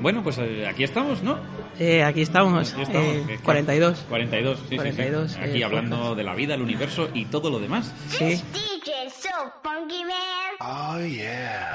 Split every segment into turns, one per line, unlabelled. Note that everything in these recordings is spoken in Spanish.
Bueno, pues eh, aquí estamos, ¿no?
Eh, aquí estamos,
Aquí estamos.
eh,
Es que-
42.
42, sí, sí, sí.
42,
Aquí
eh,
hablando
podcast.
de la vida, el universo y todo lo demás.
Sí.
DJ So Funky Man.
Oh, yeah.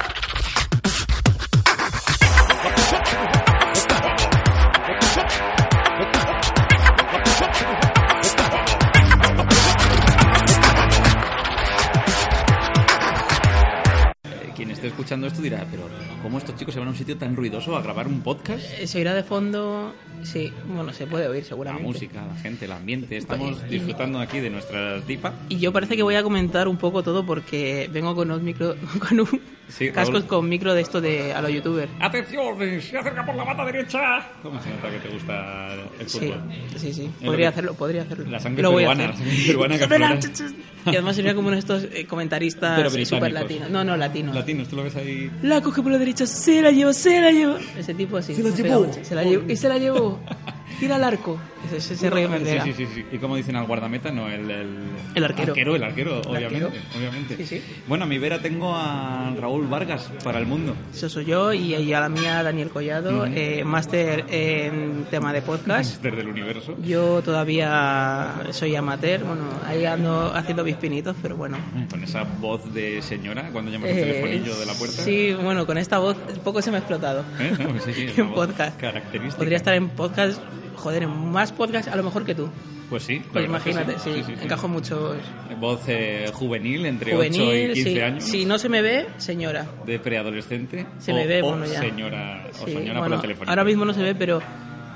Eh, Quien esté escuchando esto dirá, pero ¿cómo estos chicos se van a un sitio tan ruidoso a grabar un podcast?
Eh, ¿Se oirá de fondo? Sí, bueno, se puede oír
La
seguramente.
música, la gente, el ambiente. Estamos
Oye, y-
disfrutando aquí de nuestras DIPA.
Y yo parece que voy a comentar un poco todo porque vengo con un micro, con un
Sí, Raúl.
cascos con micro de esto de a los youtuber.
¡Atención! ¡Se acerca por la bata derecha! ¿Cómo se nota que te gusta el
Sí,
fútbol?
sí, sí.
lo
Podría
que-
hacerlo, podría hacerlo.
La sangre
Lo voy
peruana,
a
la sangre peruana que
Espera,
aflora.
chu, chu. Y además sería como uno de estos eh,
Pero
comentaristas
británicos.
super latinos. No, no, latinos.
Latinos, tú lo ves ahí.
La coge por la derecha, se la llevo, se la llevo. Ese tipo así.
Se la
me
llevó.
pega mucho. Se la llevo. Y se la llevó. Tira al arco. Ese, ese, ese rey
sí,
Mendera.
sí, sí, sí. ¿Y cómo dicen al guardameta? No, el, el...
El arquero.
El arquero, obviamente.
arquero.
obviamente.
Sí, sí.
Bueno, a mi vera tengo a Raúl Vargas para el mundo.
Eso soy yo y, y a la mía Daniel Collado,
Mm.
eh, máster en tema de podcast.
Desde el universo.
Yo todavía soy amateur, bueno, ahí ando haciendo mis pinitos, pero bueno.
Con esa voz de señora cuando llamas
Eh,
el este telefonillo de la puerta.
Sí, bueno, con esta voz poco se me ha explotado.
¿Eh? No, sí, sí, es una
en
voz
podcast.
Característica.
Podría estar en podcast, joder, en más podcast a lo mejor que tú.
Pues sí. la
Pues
verdad que
imagínate, sí, encajo muchos
Voz eh, juvenil, entre 8 y
juvenil,
15
sí.
años.
Si no se me ve, señora.
De preadolescente.
Se
o,
me ve,
o
bueno, ya.
señora, o
Sí,
señora por
bueno,
el teléfono.
ahora mismo no se ve, pero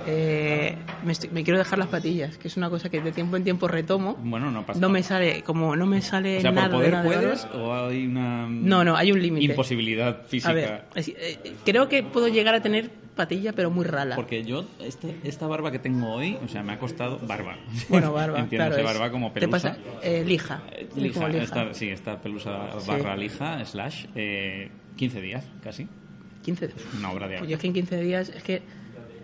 eh, me, estoy- me quiero dejar las patillas, que es una cosa que de tiempo en tiempo retomo.
Bueno, no pasa
no me
nada.
sale, como no me sale
O sea,
nada.
por poder
nada, nada.
puedes o hay una
No, no, hay un límite.
imposibilidad física.
A ver, es- eh, creo que puedo llegar a tener patilla, pero muy rala.
Porque yo, este, esta barba que tengo hoy, o sea, me ha costado barba.
Bueno, barba,
Entiéndase,
claro. es-
barba como
¿Te
pelusa.
pasa? Eh, lija.
Eh,
Como
Lija,
lija.
esta, sí, esta pelusa
Sí.
barra lija, slash, eh, 15 días casi.
15
Una obra de
Pues
arte.
yo es que en 15 días es que,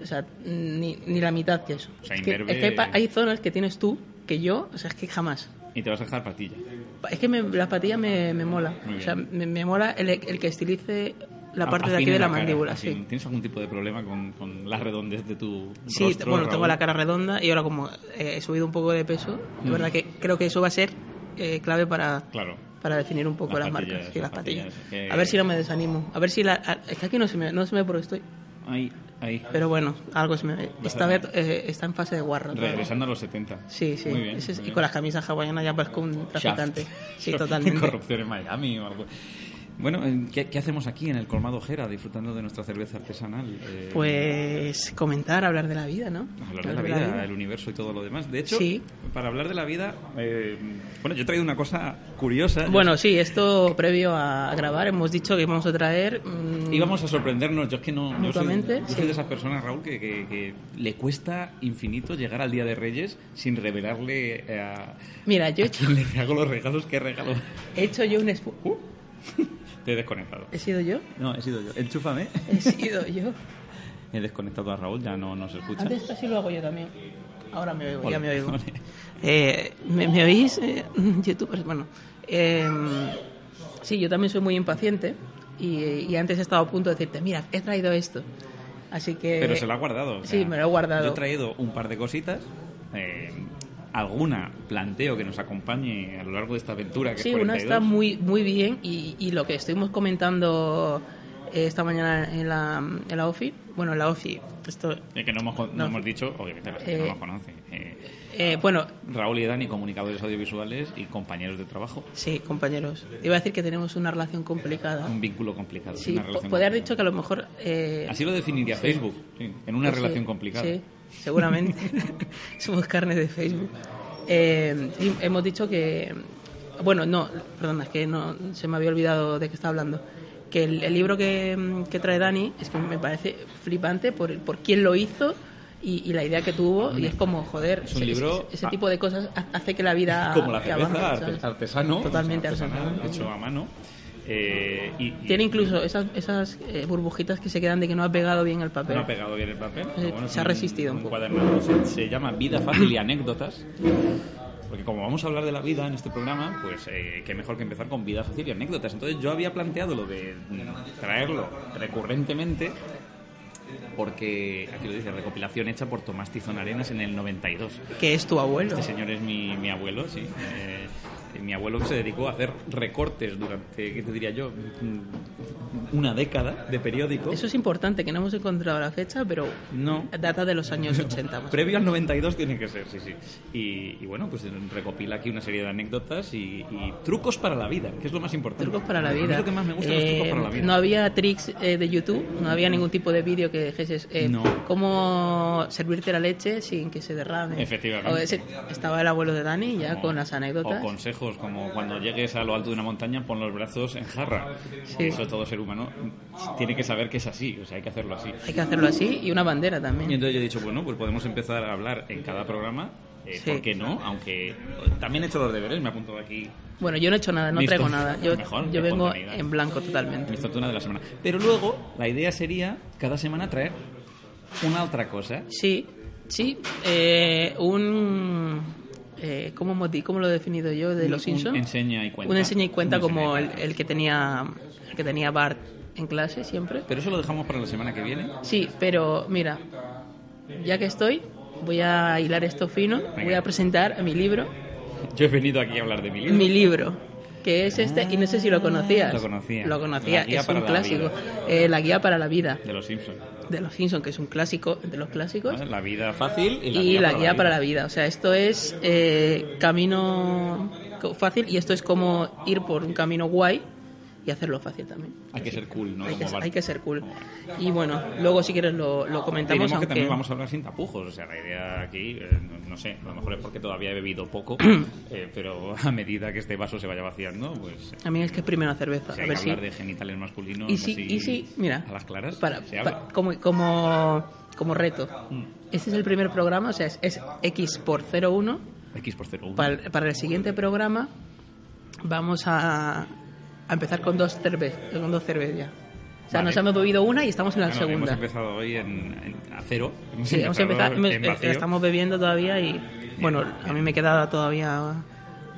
o sea, ni, ni la mitad de eso.
O sea,
es que,
Inverbe-
es que hay pa- hay zonas que tienes tú que yo, o sea, es que jamás.
Y te vas a dejar patilla.
Pa- Es que me, la patilla me, me mola.
Muy
O sea,
bien.
me, me mola el, el que estilice la
A-
parte
afina
de aquí de la,
cara,
mandíbula,
afina.
sí.
¿Tienes algún tipo de problema con, con la redondez de tu
Sí,
rostro,
bueno, tengo
Raúl?
la cara redonda y ahora como eh, he subido un poco de peso, de
Mm.
verdad que creo que eso va a ser eh, clave para,
Claro.
para definir un poco
Las
las,
patillas,
marcas y
las
las patillas.
patillas, que-
A ver si no me desanimo. A ver si la... a- Es que aquí no se me, no se me ve por qué estoy.
Ahí, ahí.
Pero bueno, algo se me ve. Esta vez eh, está en fase de guarra. todavía.
Regresando a los 70.
Sí, sí.
Muy bien,
Ese es-
muy
y
bien.
con las camisas hawaianas ya parezco un traficante.
Shaft.
Sí, totalmente.
Corrupción en Miami o algo. Bueno, eh, ¿qué, qué hacemos aquí en el Colmado Ojera disfrutando de nuestra cerveza artesanal? Eh,
Pues comentar, hablar de la vida, ¿no?
Hablar de la vida, el universo y todo lo demás. De hecho,
Sí.
para hablar de la vida, eh, bueno, yo he traído una cosa curiosa.
Bueno, sí, esto previo a grabar hemos dicho que vamos a traer... mm,
Íbamos a sorprendernos. Yo es que no. Yo soy,
Mutuamente,
yo soy
sí.
de esas personas, Raúl, que, que- que le cuesta infinito llegar al Día de Reyes sin revelarle eh, a,
Mira, yo he
a
hecho,
quién le hago los regalos, qué regalo.
he hecho yo un... espu- Uh,
Te he desconectado.
¿He sido yo?
No, he sido yo. Enchúfame.
He sido yo.
He desconectado a Raúl, ya no nos escucha.
Antes eh, casi lo hago yo también. Ahora me oigo,
Ole,
ya me oigo.
ole.
Eh, ¿me, me oís? Eh, youtubers, bueno. Eh, sí, yo también soy muy impaciente y, y antes he estado a punto de decirte, mira, he traído esto. Así que...
Pero se lo ha guardado. o
sí, me lo he guardado.
Yo he traído un par de cositas. eh, alguna planteo que nos acompañe a lo largo de esta aventura. Que
Sí,
es
una
42.
está muy, muy bien y, y lo que estuvimos comentando eh, esta mañana en la, en la OFI, bueno, en la OFI, esto...
Eh, que no hemos, no
No.
hemos dicho, obviamente, la gente no
Eh.
nos conoce. Eh,
eh, bueno,
Raúl y Dani, comunicadores audiovisuales y compañeros de trabajo.
sí, compañeros, iba a decir que tenemos una relación complicada.
Un vínculo complicado.
Sí,
una
po-
relación
podría haber
complicada.
dicho que a lo mejor... eh,
Así lo definiría Facebook, sí, en una
Sí,
relación complicada.
Sí, seguramente. Somos carnes de Facebook. Eh, y hemos dicho que. Bueno, no, perdona, es que no, se me había olvidado de qué estaba hablando. Que el, el libro que, mm, que trae Dani es que me parece flipante por, por quién lo hizo y, y la idea que tuvo. Y es como, joder,
Es un
ese-
libro-
ese, ese tipo de cosas ha- hace que la vida.
Como la
Ah, que
cerveza,
avance,
arte-
¿sabes?
artesano.
Totalmente
artesanal,
artesanal.
Hecho a mano. eh, y, y-
Tiene incluso esas, esas eh, burbujitas que se quedan de que no ha pegado bien el papel.
No ha pegado bien el papel. pero
Eh,
bueno,
se
es
ha resistido un poco.
cuadernado. Se, se llama Vida Fácil y Anécdotas. Porque como vamos a hablar de la vida en este programa, pues eh, qué mejor que empezar con Vida Fácil y Anécdotas. Entonces yo había planteado lo de mm, traerlo recurrentemente porque, aquí lo dice, recopilación hecha por Tomás Tizón Arenas en el 92.
que es tu abuelo.
Este señor es mi, mi abuelo, sí. Eh, mi abuelo que se dedicó a hacer recortes durante, ¿qué te diría yo? Mm, Una década de periódico.
Eso es importante, que no hemos encontrado la fecha, pero
No.
data de los años 80 más.
Previo al 92 tiene que ser, sí, sí. Y, y bueno, pues recopila aquí una serie de anécdotas y, y trucos para la vida, que es lo más importante.
Trucos para
A
la
mí
vida.
Es lo que más me gusta, los
Eh,
trucos para la vida.
No había tricks eh, de YouTube, no había ningún tipo de vídeo que dijese eh,
No.
cómo servirte la leche sin que se derrame.
Efectivamente.
O ese- estaba el abuelo de Dani ya
O-
con las anécdotas.
O consejos, como cuando llegues a lo alto de una montaña, pon los brazos en jarra.
Sí.
Eso todo ser humano tiene que saber que es así, o sea, hay que hacerlo así.
Hay que hacerlo así y una bandera
Y
también.
entonces yo he dicho, bueno, pues podemos empezar a hablar en cada programa, eh,
Sí.
¿por qué no? Aunque también he hecho los deberes, me ha apuntado aquí
Bueno, yo no he hecho nada, no
Listo.
traigo nada. Yo,
Mejor,
yo vengo
espontaneidad.
en blanco
mi
totalmente.
fortuna de la semana. Pero luego, la idea sería cada semana traer una otra cosa.
Sí, sí. eh, un. eh, ¿cómo, hemos di- ¿Cómo lo he definido yo de
Un-
los
un
Simpsons?
enseña y cuenta.
Un enseña y cuenta
Un enseña y
como el, eh,
cuenta.
el que tenía el que tenía Bart en clase siempre.
Pero eso lo dejamos para la semana que viene.
Sí, pero mira, ya que estoy, voy a hilar esto fino. Voy a presentar mi libro.
Yo he venido aquí a hablar de mi libro.
Mi libro. Que es este, y no sé si lo conocías.
Lo conocía.
Lo conocía,
La guía
es
para
un
la
clásico.
vida.
Eh, la guía para la vida
De los Simpsons.
de los Simpsons, que es un clásico de los clásicos.
¿Vale? La vida fácil y la
y
guía,
la
para,
guía
la
para
vida.
la vida. O sea, esto es eh, camino co- fácil y esto es como ir por un camino guay y hacerlo fácil también.
Hay que ser cool, ¿no?
Hay que,
Como Bart.
hay que ser cool.
Como Bart.
Y bueno, luego si quieres lo, lo comentamos.
Diremos que
aunque-
también vamos a hablar sin tapujos, o sea, la idea aquí, eh, no- no sé, a lo mejor es porque todavía he bebido poco, eh, pero a medida que este vaso se vaya vaciando, pues
A mí es que es primero la cerveza.
si
a
hay que
ver si...
hablar de genitales masculinos,
Y si,
así,
y si, mira,
a las claras,
para-
se habla. Mm.
para- como, como, como reto. Este es el primer programa, o sea, es, es X por 01.
X por 0,
Para, el- para el siguiente programa vamos a, a empezar con dos cervezas. Con dos cervezas ya. O sea,
Vale.
nos hemos bebido una y estamos en la
Hemos
segunda.
empezado hoy en, en- a cero, hemos
Sí, hemos empezado,
en
hemos- eh,
vacío.
estamos bebiendo todavía y bueno, a mí me queda todavía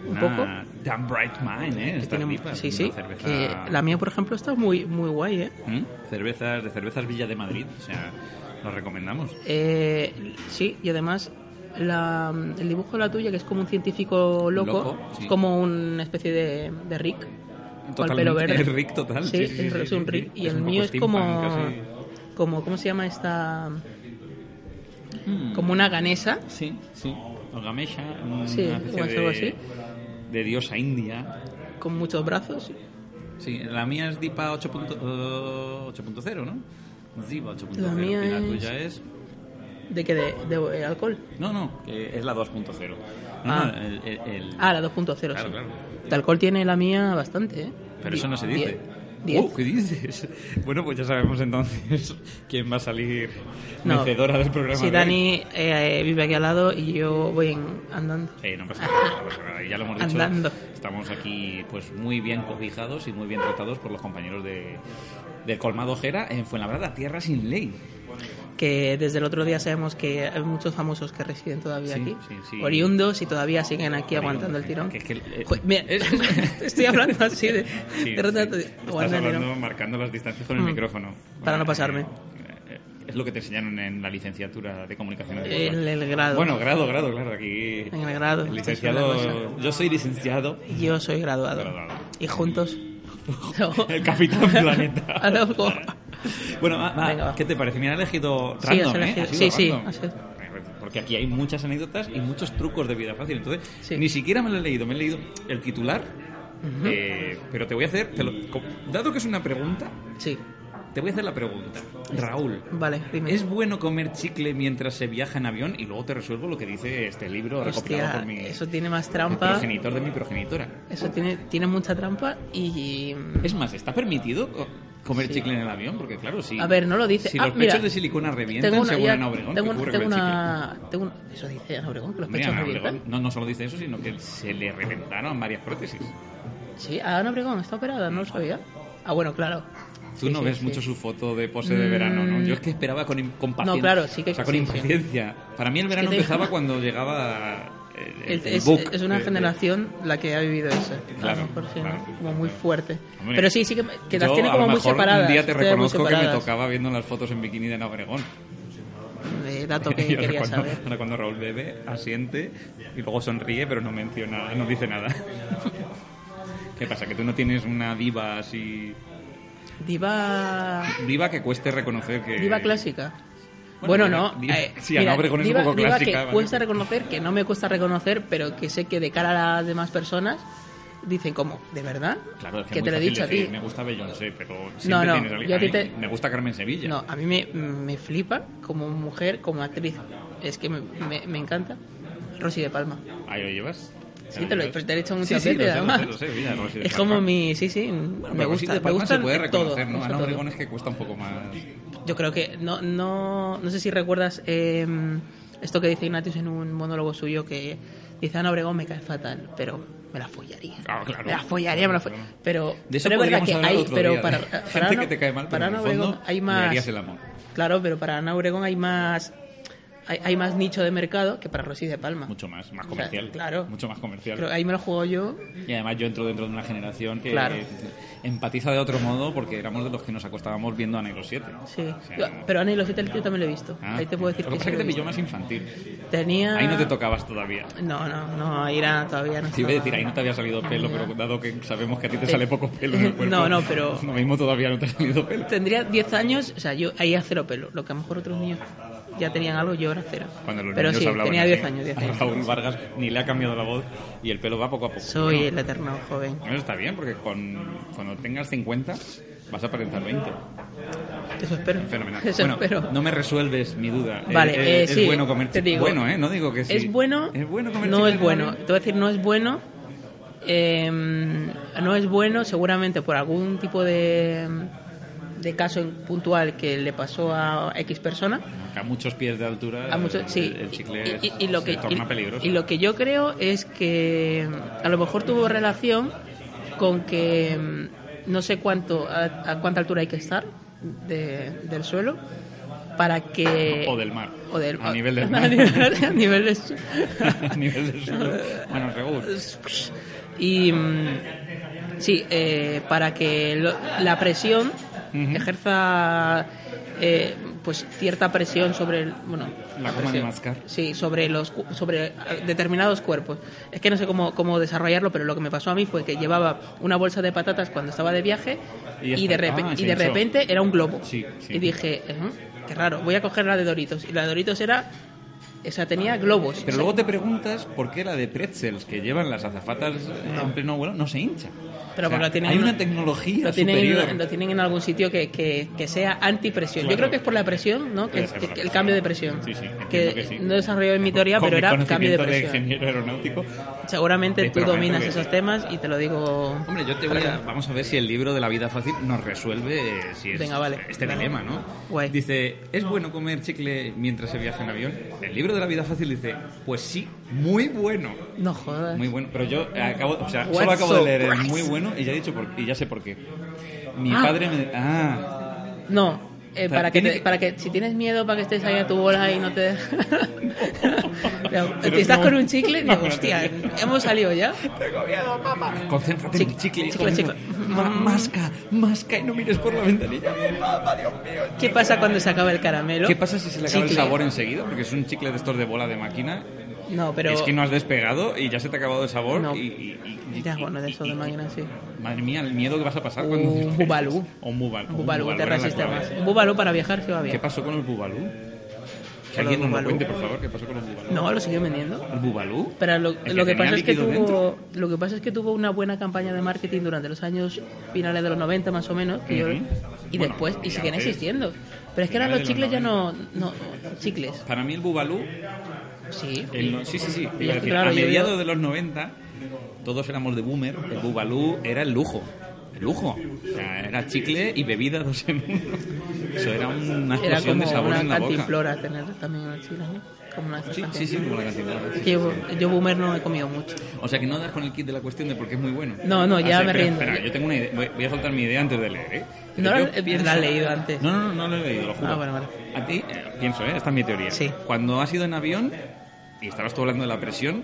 un
Una
poco.
Damn Bright Mind, ¿eh?
Que
Estas
tiene-
pipas,
sí,
una
sí.
cerveza-
que la mía, por ejemplo, está muy, muy guay, ¿eh?
¿Mm? Cervezas, de cervezas Villa de Madrid, o sea, lo recomendamos.
Eh, sí, y además la- el dibujo de la tuya, que es como un científico loco,
Loco, sí.
es como una especie de, de Rick, con el
Totalmente,
pelo verde.
es Rick total, sí,
Sí,
sí,
es,
sí,
es
sí,
un
sí,
Rick.
sí.
Y
Es
el
un
mío es
poco
como,
steampunk,
como... ¿Cómo se llama esta...?
Mm.
Como una ganesa.
Sí, sí. O Gamesha, una
Sí,
especie
o algo así.
de, de diosa india.
Con muchos brazos.
Sí, la mía es Dipa 8.0, 8.0, ¿no? Dipa 8.0.
La mía
y la
es-
tuya es...
¿De qué? De, de eh, alcohol.
No, no, que es la 2.0. No,
Ah.
no, el- el- el-
Ah, la 2.0,
Claro,
sí.
claro.
De alcohol tiene la mía bastante, ¿eh?
Pero eso no se
Die-
dice.
diez.
Uh, ¿Qué dices? Bueno, pues ya sabemos entonces quién va a salir
No.
vencedora del programa.
Sí,
de hoy.
Dani eh, vive aquí al lado y yo voy en- andando.
Sí, no pasa nada, no pasa nada. Y Ya lo hemos dicho.
Andando.
Estamos aquí pues muy bien cobijados y muy bien tratados por los compañeros de, del Colmado Ojera en Fuenlabrada, Tierra sin Ley.
que desde el otro día sabemos que hay muchos famosos que residen todavía
Sí,
aquí,
sí, sí.
oriundos y todavía siguen aquí aguantando el tirón.
Que es que el- eh,
Joder, mira,
es-
estoy hablando así de,
Sí,
de rato-
sí. Estás
aguanta el tirón.
hablando, marcando las distancias con el
Mm.
micrófono.
Para no
eh,
pasarme.
eh, Es lo que te enseñaron en la licenciatura de comunicación.
El,
audiovisual.
el grado.
Bueno, grado, grado, claro, aquí.
En el grado,
El
esta es una
licenciado. Yo soy licenciado.
yo soy graduado.
Graduado.
Y juntos.
El capitán planeta.
A lo mejor.
Bueno, va, va,
Venga, va.
¿qué te parece? Me han elegido
Sí,
random,
has
¿eh?
elegido-
Ha sido
sí, sí,
random.
ha sido.
Porque aquí hay muchas anécdotas y muchos trucos de vida fácil. Entonces,
Sí.
ni siquiera me lo he leído. Me he leído el titular. eh, pero te voy a hacer... te lo- co- dado que es una pregunta,
Sí,
te voy a hacer la pregunta. Raúl,
vale, dime.
¿es bueno comer chicle mientras se viaja en avión? Y luego te resuelvo lo que dice este libro recopilado
Hostia,
por mi
eso tiene más
el
trampa.
progenitor de mi progenitora.
Eso tiene, tiene mucha trampa y.
Es más, ¿está permitido co- comer
Sí.
chicle en el avión? Porque claro, sí.
A ver, no lo dice.
Si
Ah,
los
mira,
pechos de silicona revientan,
tengo
se
una,
vuelan
ya-
a Obregón.
tengo
¿qué
una-
ocurre
tengo
con el
una- tengo una- Eso dice Ana Obregón, que los
chicle?
pechos
Mira, Ana
revientan.
Obregón no, no solo dice eso, sino que se le reventaron varias prótesis.
Sí, a Ana Obregón está operada, no lo sabía. Ah, bueno, claro.
Tú
Sí,
no
sí,
ves
sí.
mucho su foto de pose de verano, ¿no? Yo es que esperaba con, im- con paciencia.
claro, sí que-
O sea, con
sí, sí.
impaciencia. Para mí el verano
te-
empezaba cuando llegaba eh, el,
Es,
el
es-
book
es una
de-
generación la que ha vivido eso.
Claro,
a lo mejor sí, ¿no?
claro.
Como muy fuerte.
Hombre,
Pero sí, sí que, que las
Yo,
tiene
a
como
lo
muy
mejor
separadas.
Un día te
tiene muy
reconozco que me
separadas.
tocaba viendo las fotos en bikini de Ana Obregón.
Eh, dato que
Y ahora
quería
cuando,
saber.
ahora cuando Raúl bebe, asiente y luego sonríe, pero no menciona, no dice nada. ¿Qué pasa? ¿Que tú no tienes una diva así.
Diva.
Diva que cueste reconocer que.
Diva clásica.
Eh, Bueno,
Bueno,
diva-
no.
diva-
eh,
sí, Ana Obregón es un
diva-
poco
diva
clásica,
que
¿vale?
cuesta reconocer, que no me cuesta reconocer, pero que sé que de cara a las demás personas dicen como, ¿de verdad?
Claro, es que,
que
es muy
te lo he
fácil
dicho
decir,
a ti.
Me gusta Beyoncé, pero siempre
no,
tienes alguien.
yo a ti
a mí
te-
Me gusta Carmen Sevilla.
No, a mí me, me flipa como mujer, como actriz. Es que me, me- me encanta. Rosy de Palma.
Ahí lo llevas.
Sí, te lo, he- te lo he dicho
Sí,
muchas
sí, lo
veces,
sé, lo
además.
sé, lo sé, mira, Rosy de
es como
Palma.
mi... Sí, sí,
Bueno,
me
pero Rosy
gusta.
de
Me
Palma
gustan
se puede
todo,
reconocer, ¿no?
gusta
Ana
todo.
Obregón es que cuesta un poco más.
Yo creo que no, no, no sé si recuerdas eh, esto que dice Ignatius en un monólogo suyo que dice Ana Obregón me cae fatal, pero me la follaría.
Ah, claro.
Me la follaría, me la follaría.
Claro.
Pero,
De eso
pero es verdad
podríamos
que
hablar
hay,
otro
pero
día,
para,
de
para
gente
Ana-
que te cae mal, pero
para
en
Ana
el fondo
Obregón hay
le
más.
harías el amor.
Claro, pero para Ana Obregón hay más hay, hay más nicho de mercado que para Rosy de Palma.
Mucho más, más
Ah. O sea,
comercial.
claro.
Mucho más comercial.
Creo que ahí me lo juego yo.
Y además yo entro dentro de una generación que
Claro.
empatiza de otro modo porque éramos de los que nos acostábamos viendo a Negro 7.
Sí.
O sea,
Yo-
no-
pero Ana y los siete yo también lo he visto.
Ah.
Ahí te puedo decir
Lo que pasa es
sí Ah.
que te
lo he
pilló más
visto.
infantil.
Tenía
Ahí no te tocabas todavía.
No, no, no, ahí era- todavía no
Te iba a
estaba-
decir, ahí no te había salido pelo, pero dado que sabemos que a ti te sale poco pelo en el cuerpo.
Ah. No, no, pero-
Lo mismo todavía no te ha salido pelo.
Tendría 10 años, o sea, yo ahí a cero pelo. Lo que a lo mejor otros niños ya tenían algo, yo era cero.
Cuando los
Pero
niños
sí,
hablaban
tenía
así,
10 años, 10
a
años.
Raúl Vargas ni le ha cambiado la voz y el pelo va poco a poco.
Soy
¿no?
el eterno joven.
Bueno, está bien, porque con, cuando tengas 50 vas a aparentar 20.
Eso espero.
Fenomenal.
Eso
bueno,
espero.
no me resuelves mi duda.
Vale,
Eh,
eh,
eh, es
sí,
bueno comer
te digo.
Bueno, ¿eh? No digo que sí.
Es bueno,
Es bueno comer
no
chicle
es
de
bueno.
limón.
Te voy a decir, no es bueno. eh, no es bueno, seguramente por algún tipo de, de caso en- puntual que le pasó a X persona.
A muchos pies de altura
A muchos-
el,
sí.
el chicle
Y- y- y lo que-
se torna
y-
peligroso.
y lo que yo creo es que mm, a lo mejor tuvo relación con que mm, no sé cuánto a, a cuánta altura hay que estar de- del suelo para que
O del mar.
o del-
A nivel del mar.
a nivel- a nivel del su-
A nivel del suelo. Bueno, seguro.
y mm, sí eh, para que lo- la presión ejerza eh, pues cierta presión sobre el, bueno
La goma de
presión.
mascar.
sí sobre los cu- sobre eh, determinados cuerpos es que no sé cómo, cómo desarrollarlo pero lo que me pasó a mí fue que llevaba una bolsa de patatas cuando estaba de viaje
Y
y,
esta-
de, repe-
ah, se
y de
hinchó.
repente era un globo
Sí, sí.
y dije "Ujú, qué raro voy a coger la de Doritos y la de Doritos era o sea tenía globos
Pero
O sea,
luego te preguntas por qué la de pretzels que llevan las azafatas en pleno vuelo no se hincha.
Pero
O sea,
porque lo tienen
hay
en-
una tecnología
lo tienen,
superior.
en, lo tienen en algún sitio que, que, que sea antipresión.
Claro.
Yo creo que es por la presión, ¿no? Que,
Puede ser por la
que- el
presión.
cambio de presión.
Sí, sí, entiendo
que,
que sí.
no desarrollé mi teoría,
Con
pero
mi
era cambio de
conocimiento
presión.
ingeniero aeronáutico.
Seguramente
de
tú
programación
dominas
que-
esos temas y te lo digo.
Hombre, yo te voy a. Vamos a ver si el libro de la vida fácil nos resuelve eh, si es
Venga, vale.
este
Vale.
dilema, ¿no?
Guay.
Dice: ¿es bueno comer chicle mientras se viaja en avión? El libro de la vida fácil dice: Pues sí, muy bueno.
No jodas.
Muy bueno, pero yo acabo, o sea,
What
solo acabo de leer el
surprise.
muy bueno y ya he dicho por, y ya sé por qué. Mi
Ah.
padre me ah,
No, eh,
Para-
para, que
tiene
te-
que-
para que si tienes miedo, para que estés ahí a tu bola y no te.
Pero
te estás
no.
con un chicle, digo,
No, no te-
hostia, hemos salido ya.
concéntrate en el chicle,
Chicle,
hijo
chicle, Mm.
mío.
chicle.
Ma- masca, masca y no mires por la ventanilla.
¿Qué pasa cuando se acaba el caramelo?
¿Qué pasa si se le acaba el
Chicle.
sabor enseguida? Porque es un chicle de estos de bola de máquina.
No, pero.
Es que no has despegado y ya se te ha acabado el sabor.
No.
Y, y- y-
Ya,
y-
bueno, de eso
y-
de
y-
máquina, sí.
Madre mía, el miedo que vas a pasar cuando.
Un bubalú.
O un bubal.
Un
o un
bubalú, te
era la
resiste
clave.
más. Un bubalú para viajar sí va
¿Qué
bien.
pasó con el bubalú? Que
¿Con
alguien
el
nos lo
bubalú?
cuente, por favor, qué pasó con el bubalú.
No, lo siguen vendiendo.
¿El bubalú?
Pero lo,
¿El
lo que
tenía
pasa es que
líquido dentro?
tuvo, lo que pasa es que tuvo una buena campaña de marketing durante los años finales de los 90 más o menos, que yo-
Ujú.
y
Bueno,
después
y
y siguen
antes.
existiendo. Pero es que ahora
Finales
los
de los
chicles ya no, no chicles,
Para mí el bubalú,
sí.
el no- sí, sí, sí, te
Y
iba a
es
decir,
que, claro,
a
yo digo-
mediados de los 90, todos éramos de boomer, el bubalú era el lujo, el lujo. O sea, era chicle y bebida dos en uno. Eso era una
Era
explosión de
como
sabor
una
en la boca.
cantinflora tener también una chicles, ¿no? Como una
Sí,
sensación.
sí, sí, como la cantinflora. sí.
Que yo, yo boomer no he comido mucho.
O sea que no das con el kit de la cuestión de por qué es muy bueno.
No, no, ya
Ah, sí,
me
pero
rindo.
Espera, yo tengo una idea. Voy, voy a soltar mi idea antes de leer, ¿eh? Pero
No la-
yo
eh, la has leído antes.
No, no, no, no la he leído, lo juro.
Ah, bueno, vale.
A ti, eh, pienso, ¿eh? Esta es mi teoría.
Sí.
Cuando has ido en avión, Y estabas tú hablando de la presión.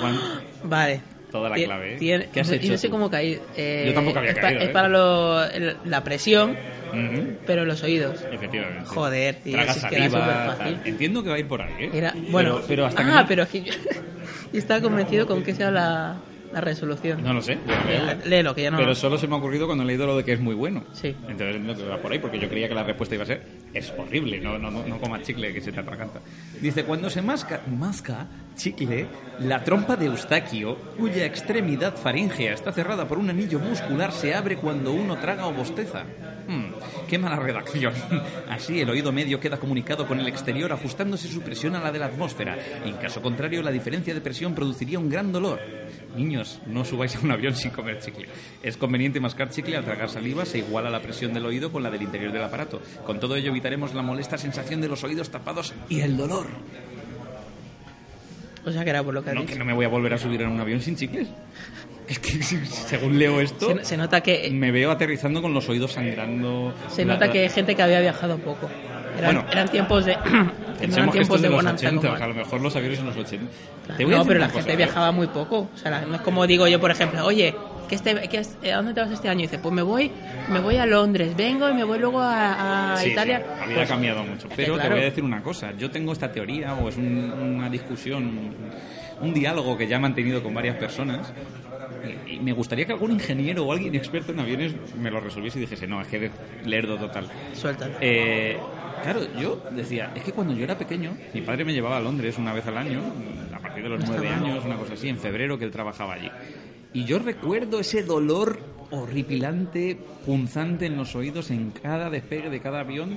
Juan,
Vale.
Toda la
Tie-
clave, ¿eh?
tiene-
¿Qué has
no sé-
hecho
Yo no sé
tú?
cómo caí. eh,
Yo tampoco había
es pa-
caído,
Es
¿eh?
para lo- el- la presión,
ujú,
pero en los oídos.
efectivamente.
Joder, tío,
Traga
si es que era
saliva,
superfácil.
tal. Entiendo que va a ir por ahí, ¿eh?
Era,
Pero-
bueno,
pero, hasta que
ah,
no-
pero es que yo, yo estaba convencido con que sea la, la resolución.
No lo sé. voy a
Eh,
ver.
la- Léelo, que ya no.
Pero solo se me ha ocurrido cuando he leído lo de que es muy bueno.
Sí.
Entonces entiendo que va por ahí, porque yo creía que la respuesta iba a ser es horrible, no, no, no, no comas chicle que se te atraganta. Dice, cuando se masca, masca chicle, la trompa de Eustaquio, cuya extremidad faríngea está cerrada por un anillo muscular, se abre cuando uno traga o bosteza. Hmm, qué mala redacción. Así el oído medio queda comunicado con el exterior ajustándose su presión a la de la atmósfera. En caso contrario, la diferencia de presión produciría un gran dolor. Niños, no subáis a un avión sin comer chicle. Es conveniente mascar chicle al tragar saliva, se iguala la presión del oído con la del interior del aparato. Con todo ello evitaremos la molesta sensación de los oídos tapados y el dolor.
O sea, que era por lo que ha
No,
dicho.
que no me voy a volver a subir en un avión sin chicles. Es que si- según leo esto,
se, se nota que
me veo aterrizando con los oídos sangrando.
se
La-
nota
la-
que hay gente que había viajado poco. Eran,
Bueno.
eran tiempos de. que no eran
Pensemos que esto
tiempos
es de los 80,
bonanza como
o sea, a lo mejor los aviones en los 80.
Claro,
Te voy a
no,
decir
pero
una
la
cosa,
gente
¿eh?
viajaba muy poco. O sea, la- no es como digo yo, por ejemplo, oye, que este, que es- eh, ¿a dónde te vas este año? Y dice, pues me voy, me voy a Londres, vengo y me voy luego a, a
Sí, sí,
Italia.
había
Pues,
cambiado mucho.
es que
Pero te
claro.
voy a decir una cosa. Yo tengo esta teoría, o es un- una discusión, un, un diálogo que ya he mantenido con varias personas. Y, y me gustaría que algún ingeniero o alguien experto en aviones me lo resolviese y dijese, no, es que eres lerdo total.
Suéltalo.
Eh, claro, yo decía, es que cuando yo era pequeño, mi padre me llevaba a Londres una vez al año, a partir de los
No está
nueve
mal.
años, una cosa así, en febrero que él trabajaba allí. Y yo recuerdo ese dolor horripilante, punzante en los oídos en cada despegue de cada avión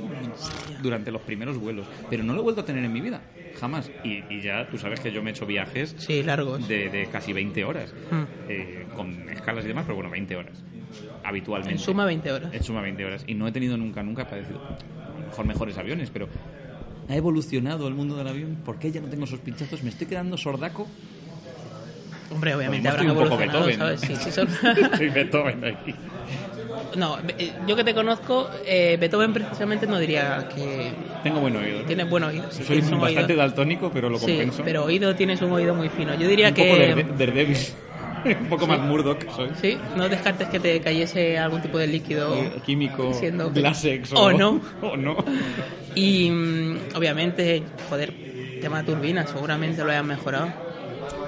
durante los primeros vuelos. Pero no lo he vuelto a tener en mi vida, jamás. Y, y ya tú sabes que yo me he hecho viajes
Sí, largos.
de, de casi 20 horas,
Hmm.
eh, con escalas y demás, pero bueno, 20 horas, habitualmente.
En suma, 20 horas.
En suma 20 horas. Y no he tenido nunca, nunca padecido. A lo mejor mejores aviones, pero ha evolucionado el mundo del avión. ¿Por qué ya no tengo esos pinchazos? ¿Me estoy quedando sordaco?
Hombre, obviamente
Pues
habrán
yo estoy un poco
evolucionado,
Beethoven.
¿sabes? Sí, sí, son-
Soy Beethoven aquí.
no, eh, yo que te conozco, eh, Beethoven precisamente no diría que
Tengo buen oído. ¿no?
tiene buen oído. sí,
Soy
tienes un
bastante
oído.
daltónico, pero lo
Sí,
compenso.
pero oído tienes un oído muy fino. Yo diría
Un
que...
poco Darede- Daredevil. Un poco más Murdoch soy.
Sí, no descartes que te cayese algún tipo de líquido
Eh, Químico,
Siendo-
Glasex
o no.
O no.
Y mm, obviamente, joder, tema turbinas, seguramente lo hayan mejorado.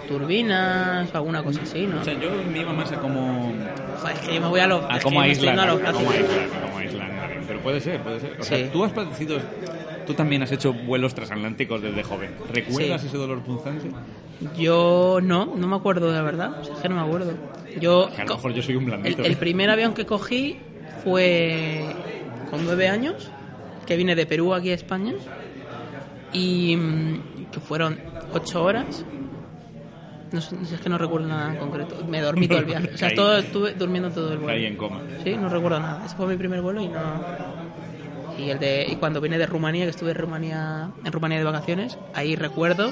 Turbinas o alguna cosa así, ¿no?
O sea, yo me iba más a como
Joder, es que yo me voy a los.
A
es
como
que yo me estoy
aíslan,
yendo
a
a los
como
fáciles.
aíslan, a como aíslan. Pero puede ser, puede ser. O
Sí.
sea, tú has padecido, tú también has hecho vuelos transatlánticos desde joven. ¿Recuerdas
Sí.
ese dolor punzante?
Yo no, no me acuerdo, la verdad. O sea, es que no me acuerdo. Yo.
Que a lo mejor yo soy un
el,
blandito.
el primer avión que cogí fue con nueve años, que vine de Perú aquí a España. Y mm, que fueron ocho horas. No sé, no sé, es que no recuerdo nada en concreto. Me dormí todo el viaje. O sea,
Ahí.
todo, estuve durmiendo todo el vuelo.
Ahí en coma.
Sí, no recuerdo nada. Ese fue mi primer vuelo y no. Y, el de, y cuando vine de Rumanía, que estuve en Rumanía, en Rumanía de vacaciones, ahí recuerdo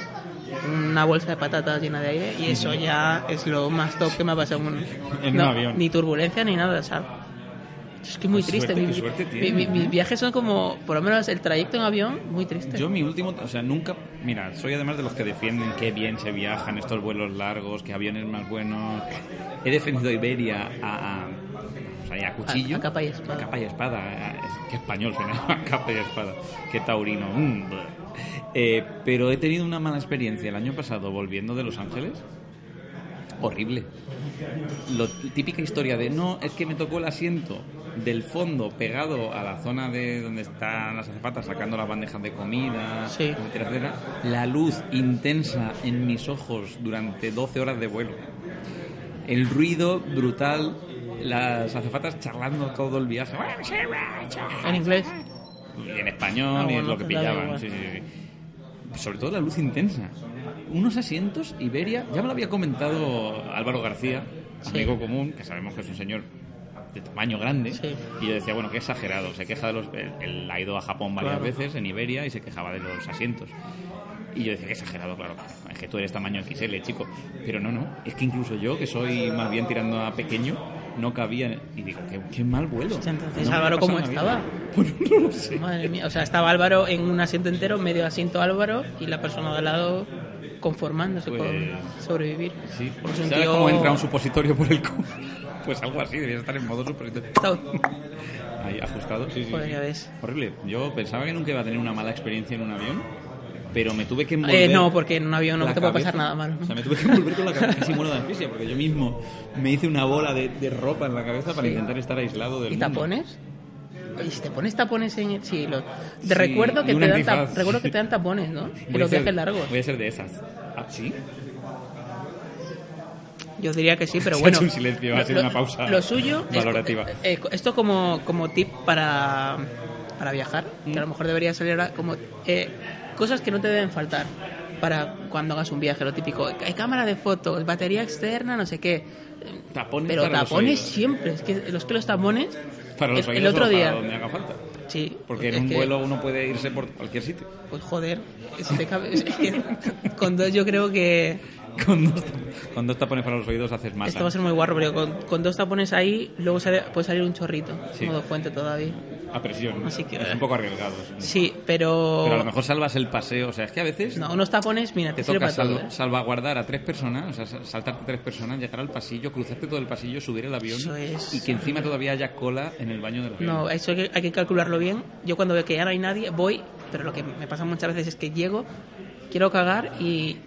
una bolsa de patatas llena de aire y eso ya es lo más top que me ha pasado en un,
En
no,
un avión.
Ni turbulencia ni nada, o sea. Es que muy
Qué
triste.
suerte,
mi-
qué suerte
mi-
tiene.
mi- mis viajes son como, por lo menos el trayecto en avión, muy triste.
Yo mi último, o sea, nunca, mira, soy además de los que defienden qué bien se viajan estos vuelos largos, que aviones más buenos. He defendido a Iberia a, a, o sea, y a cuchillo.
A- a capa y espada.
A capa y espada. a- es- Qué español suena, a capa y espada. Qué taurino. mm, bleh. Eh, pero he tenido una mala experiencia el año pasado volviendo de Los Ángeles. Horrible. Lo, típica historia de no, es que me tocó el asiento del fondo pegado a la zona de donde están las azafatas sacando las bandejas de comida,
Sí.
etcétera, etcétera. La luz intensa en mis ojos durante 12 horas de vuelo. El ruido brutal, las azafatas charlando todo el viaje.
En inglés.
Y en español
Ah,
y
bueno,
es lo que
te da
pillaban.
igual.
sí, sí, sí. Sobre todo la luz intensa. Unos asientos, Iberia, ya me lo había comentado Álvaro García,
Sí.
amigo común, que sabemos que es un señor de tamaño grande,
Sí.
y yo decía, bueno, qué exagerado, se queja de los... Él, él ha ido a Japón varias
Claro.
veces, en Iberia, y se quejaba de los asientos. Y yo decía, qué exagerado, claro, es que tú eres tamaño XL, chico. Pero no, no, es que incluso yo, que soy más bien tirando a pequeño, no cabía... en- Y digo, qué, qué mal vuelo.
Hostia, entonces,
No me había
Álvaro, ¿cómo
pasado en la vida. Bueno, no lo sé.
Madre mía. O sea, estaba Álvaro en un asiento entero, medio asiento Álvaro y la persona de al lado conformándose con
Pues-
sobrevivir.
Sí,
Porque es un
¿Sabes
tío-
cómo entra un supositorio por el culo? Pues algo así, debías estar en modo supositorio.
Eh,
Ahí, ajustado, sí, sí.
Joder,
sí.
ya ves.
Horrible. Yo pensaba que nunca iba a tener una mala experiencia en un avión, pero me tuve que envolver...
Eh, no, porque en un avión no
la
te puede pasar
cabeza.
nada malo.
O sea, me tuve que envolver con la cabeza casi muero de asfixia, porque yo mismo me hice una bola de, de ropa en la cabeza para
Sí.
intentar estar aislado del
¿Y
mundo.
tapones? Y si te pones tapones en el... Sí, lo- te
Sí,
recuerdo,
y
que
un
te dan
antifaz. Pues
tap- recuerdo que te dan tapones, ¿no?
Voy
En
a
los
ser-
viajes largos.
Voy a ser de esas. ¿Ah, sí?
Yo diría que sí, pero
Se ha
bueno.
hecho un silencio, ha
lo-
sido
lo-
una pausa
Lo suyo. es-
valorativa.
eh, eh, esto como, como tip para, para viajar, que
Mm.
a lo mejor debería salir ahora como eh, cosas que no te deben faltar para cuando hagas un viaje, lo típico. Hay cámara de fotos, batería externa, no sé qué.
Tapones
Pero
Mm, para los
tapones
oídos.
siempre, es que los que los tapones.
Para los
el, el
oídos
otro
o
día.
Para donde haga falta.
Sí.
Porque en
es
un
que-
vuelo uno puede irse por cualquier sitio.
Pues joder, si te cabe- es que con dos yo creo que
Con dos, con dos tapones para los oídos haces más.
esto va a ser muy guarro, pero con, con dos tapones ahí, luego sale- puede salir un chorrito,
Sí.
modo fuente todavía.
A presión.
Así que-
Es un poco arriesgado. es un-
Sí, pero.
Pero a lo mejor salvas el paseo. O sea, es que a veces
No, unos tapones, mira, te,
te
sirve
toca
para todo.
sal-
¿eh?
salvaguardar a tres personas, o sea, sa- saltarte tres personas, llegar al pasillo, cruzarte todo el pasillo, subir el avión
Eso es.
y que encima todavía haya cola en el baño del avión.
No, eso hay que, hay que calcularlo bien. Yo cuando veo que ya no hay nadie, voy, pero lo que me pasa muchas veces es que llego, quiero cagar y.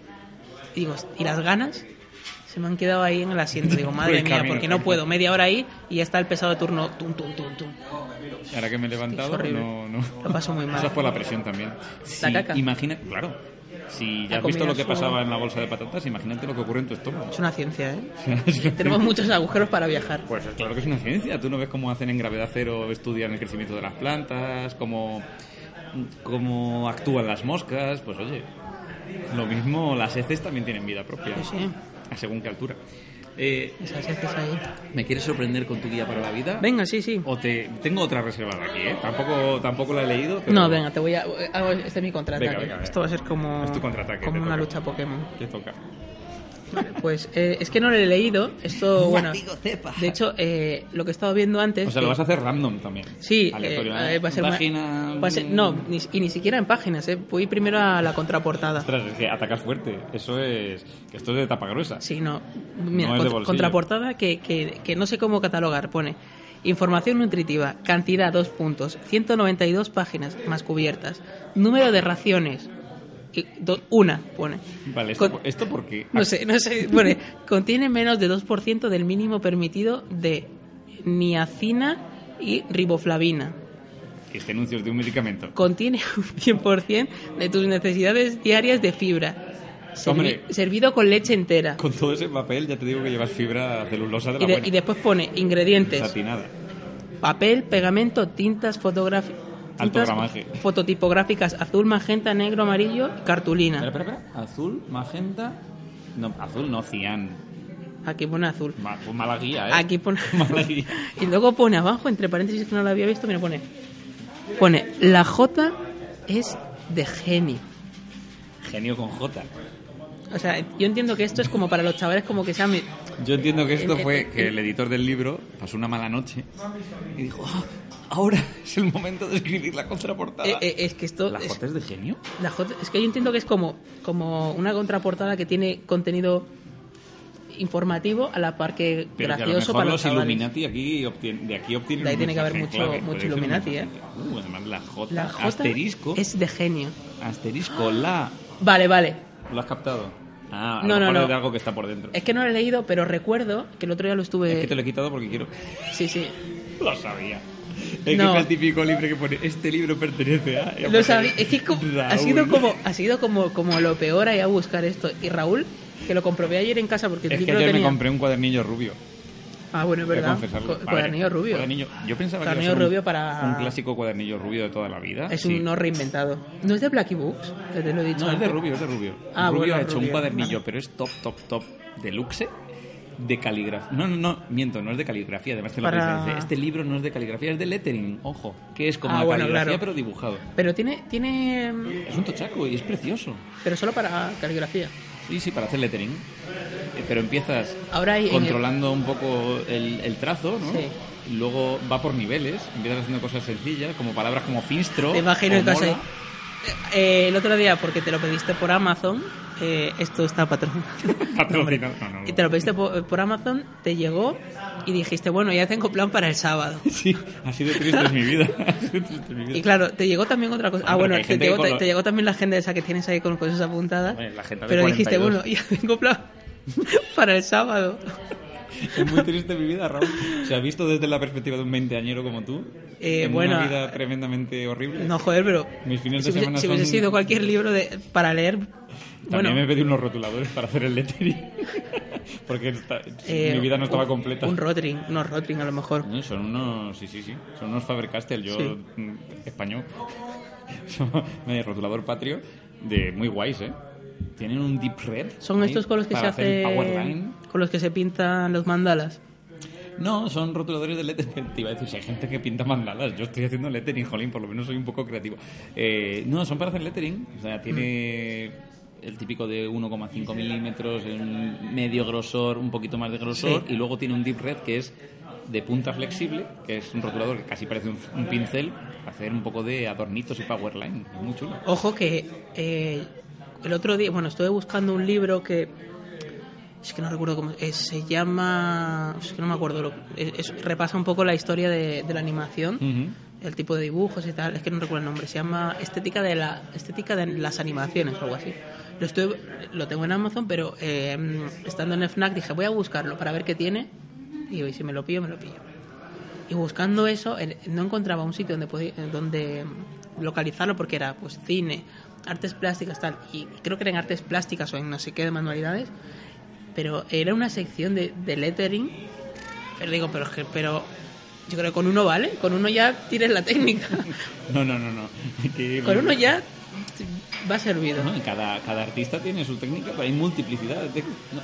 y digo, y las ganas se me han quedado ahí en el asiento. Digo, madre
el
mía,
camino,
porque no
claro.
puedo. Media hora ahí y ya está el pesado de turno. Tum, tum, tum, tum.
Ahora que me he levantado,
Es horrible.
no, no.
Lo paso muy mal.
Eso es por la presión también. Si-
caca.
Imagina, claro. Si
La
ya has visto lo que
combinación.
pasaba en la bolsa de patatas, imagínate lo que ocurre en tu estómago.
Es una ciencia, ¿eh?
Es una
Tenemos muchos agujeros para viajar.
Pues es claro que es una ciencia. Tú no ves cómo hacen en gravedad cero, estudian el crecimiento de las plantas, cómo, cómo actúan las moscas. Pues oye, lo mismo las heces también tienen vida propia,
Pues Sí, sí.
a según qué altura. Eh,
Esas heces ahí.
¿Me quieres sorprender con tu guía para la vida?
Venga, sí, sí.
O te, tengo otra reservada aquí, ¿eh? Tampoco, tampoco la he leído. pero-
No, venga, te voy a. hago- este es mi contraataque.
Venga, venga, venga.
Esto va a ser como.
Es tu contraataque,
Como
te
una
toca.
lucha Pokémon.
Te toca.
Pues eh, es que no lo he leído. Esto, bueno. De hecho, eh, lo que he estado viendo antes.
O sea, lo
que-
vas a hacer random también.
Sí,
Aleatorio,
eh,
¿eh?
eh, va a ser una-
Página...
va a ser- no, ni, y ni siquiera en páginas, eh. Voy primero a la contraportada.
Ostras, es que atacas fuerte. Eso es... Esto es de tapa gruesa.
Sí, no. Mira,
No es de
cont-
bolsillo.
contraportada que, que, que no sé cómo catalogar. Pone información nutritiva, cantidad, dos puntos, 192 páginas más cubiertas, número de raciones, y do- una, pone.
Vale, ¿esto,
Con-
por- esto porque...
No sé, no sé. Pone, contiene menos de 2% del mínimo permitido de niacina y riboflavina.
Este anuncio es de un medicamento.
Contiene un 100% de tus necesidades diarias de fibra. Servi-
Hombre.
servido con leche entera.
Con todo ese papel ya te digo que llevas fibra celulosa de la
Y, de-
buena.
y después pone ingredientes.
Satinada.
Papel, pegamento, tintas fotográficas.
Alto gramaje.
Fototipográficas azul, magenta, negro, amarillo, y
Espera,
cartulina.
espera, espera. Azul, magenta... No, azul no, cian.
Aquí pone azul.
Ma- pues mala guía, ¿eh?
Aquí pone.
Mala guía.
y luego pone abajo, entre paréntesis que no lo había visto, mira, pone. Pone, la J es de genio.
Genio con J.
O sea, yo entiendo que esto es como para los chavales, como que sea. mi-
Yo entiendo que esto
El- el-
fue que
el-
el editor del libro pasó una mala noche y dijo, "Ah, ahora es el momento de escribir la contraportada.
Eh, eh, es que esto.
Ah. ¿La
es-
J es de genio?
La J- es que yo entiendo que es como, como una contraportada que tiene contenido informativo a la par que
Pero que a lo mejor
gracioso para
los,
los chavales.
Illuminati aquí obtien- de aquí obtienen
De ahí
un
tiene que haber
mensaje
mucho-
clave,
mucho
puede ser un
Illuminati, ¿eh?
mensaje. Uh, además la J,
La J
asterisco,
es de genio.
asterisco, la...
Vale, vale.
¿Lo has captado? Ah, a
No,
lo
no,
mejor
no. Eh,
es de algo que está por dentro. Es,
Es que no lo he leído, pero recuerdo que el otro día lo estuve.
que te lo he quitado porque quiero...
Sí, sí.
Lo sabía. Es
No.
que es el típico libro que pone, este libro pertenece a...
Lo sabía. Es que como- ha
Raúl.
sido como ha sido como, como lo peor ahí a buscar esto. Y Raúl, que lo comprobé ayer en casa porque el
Es que
libro
ayer me
tenía.
compré un cuadernillo rubio.
Ah, bueno, es verdad.
Voy a confesarlo.
Co-
Madre,
Cuadernillo rubio.
cuadernillo- Yo pensaba que
Cuadernillo
iba a ser un-
rubio para-
un clásico cuadernillo rubio de toda la vida.
Es
Sí.
un no reinventado. No es de Blacky Books, que te lo he dicho.
No, es de
antes.
rubio, es de rubio.
Ah,
rubio
bueno,
ha hecho
Rubio.
un cuadernillo, pero es top, top, top de luxe de caligrafía. No, no, no, miento, no es de caligrafía, además te lo
Para-
parece. Este libro no es de caligrafía, es de lettering, ojo, que es como
Ah,
la
bueno,
caligrafía
claro.
pero dibujado.
Pero tiene, tiene.
Es un tochaco y es precioso.
Pero solo para caligrafía.
Sí, sí, para hacer lettering. Eh, Pero empiezas
Ahora hay. en el-
controlando un poco el, el trazo, ¿no?
Sí.
Y Luego va por niveles, empiezas haciendo cosas sencillas, como palabras como finstro.
Te imagino
o
estás
mola.
ahí. Eh, el otro día, porque te lo pediste por Amazon, eh, esto está patrocinado.
Patrocinado. No, no, no.
Y te lo pediste por, por Amazon, te llegó y dijiste, bueno, ya tengo plan para el sábado.
Sí, así de triste es mi vida. Así de triste es mi vida.
Y claro, te llegó también otra cosa. Ah,
Hombre,
bueno,
que hay
te
gente que
llegó,
con
te-
lo-
te llegó también la agenda esa que tienes ahí con cosas apuntadas.
Hombre, la agenda de
pero dijiste,
42.
bueno, ya tengo plan para el sábado.
Es muy triste mi vida, Raúl. ¿Se ha visto desde la perspectiva de un veinteañero como tú?
Eh,
en
bueno,
una vida tremendamente horrible.
No, joder, pero
Mis fines
si,
de
hubiese-
semana
si hubiese
son-
sido cualquier libro de, para leer,
También
bueno,
me pedí unos rotuladores para hacer el lettering. Porque esta-
eh,
mi vida no estaba
un-
completa.
Un rotring, unos rotring a lo mejor.
No, Son unos, sí, sí, sí, son unos Faber-Castell, yo
Sí.
mm, español. Son de rotulador patrio de muy guays, ¿eh? Tienen un deep red.
Son
ahí
estos con los que se
para hacer el power line.
hace con los que se pintan los mandalas.
No, son rotuladores de lettering. Te iba a decir, si hay gente que pinta mandalas, yo estoy haciendo lettering, jolín, por lo menos soy un poco creativo. Eh, no, son para hacer lettering. O sea, tiene
Mm.
el típico de 1,5 milímetros, en medio grosor, un poquito más de grosor,
Sí.
y luego tiene un deep red que es de punta flexible, que es un rotulador que casi parece un, un pincel, para hacer un poco de adornitos y powerline. Es muy chulo.
Ojo que eh, el otro día, bueno, estuve buscando un libro que es que no recuerdo cómo eh, se llama, es que no me acuerdo, lo- es- es- repasa un poco la historia de, de la animación,
Ujú.
el tipo de dibujos y tal, es que no recuerdo el nombre, se llama Estética de la Estética de las animaciones o algo así. Lo estuve- lo tengo en Amazon, pero eh, estando en el Fnac dije, voy a buscarlo para ver qué tiene y digo, "Y si me lo pillo, me lo pillo. Y buscando eso, en- no encontraba un sitio donde, podí- eh, donde localizarlo porque era pues cine, artes plásticas, tal. Y creo que era en artes plásticas o en no sé qué de manualidades. Pero era una sección de, de lettering. Pero digo, pero, es que- pero yo creo que con uno vale, con uno ya tires la técnica.
No, no, no, no. Que-
con uno ya va servido.
No, y cada, cada artista tiene su técnica, pero hay multiplicidad. de técnicas. No,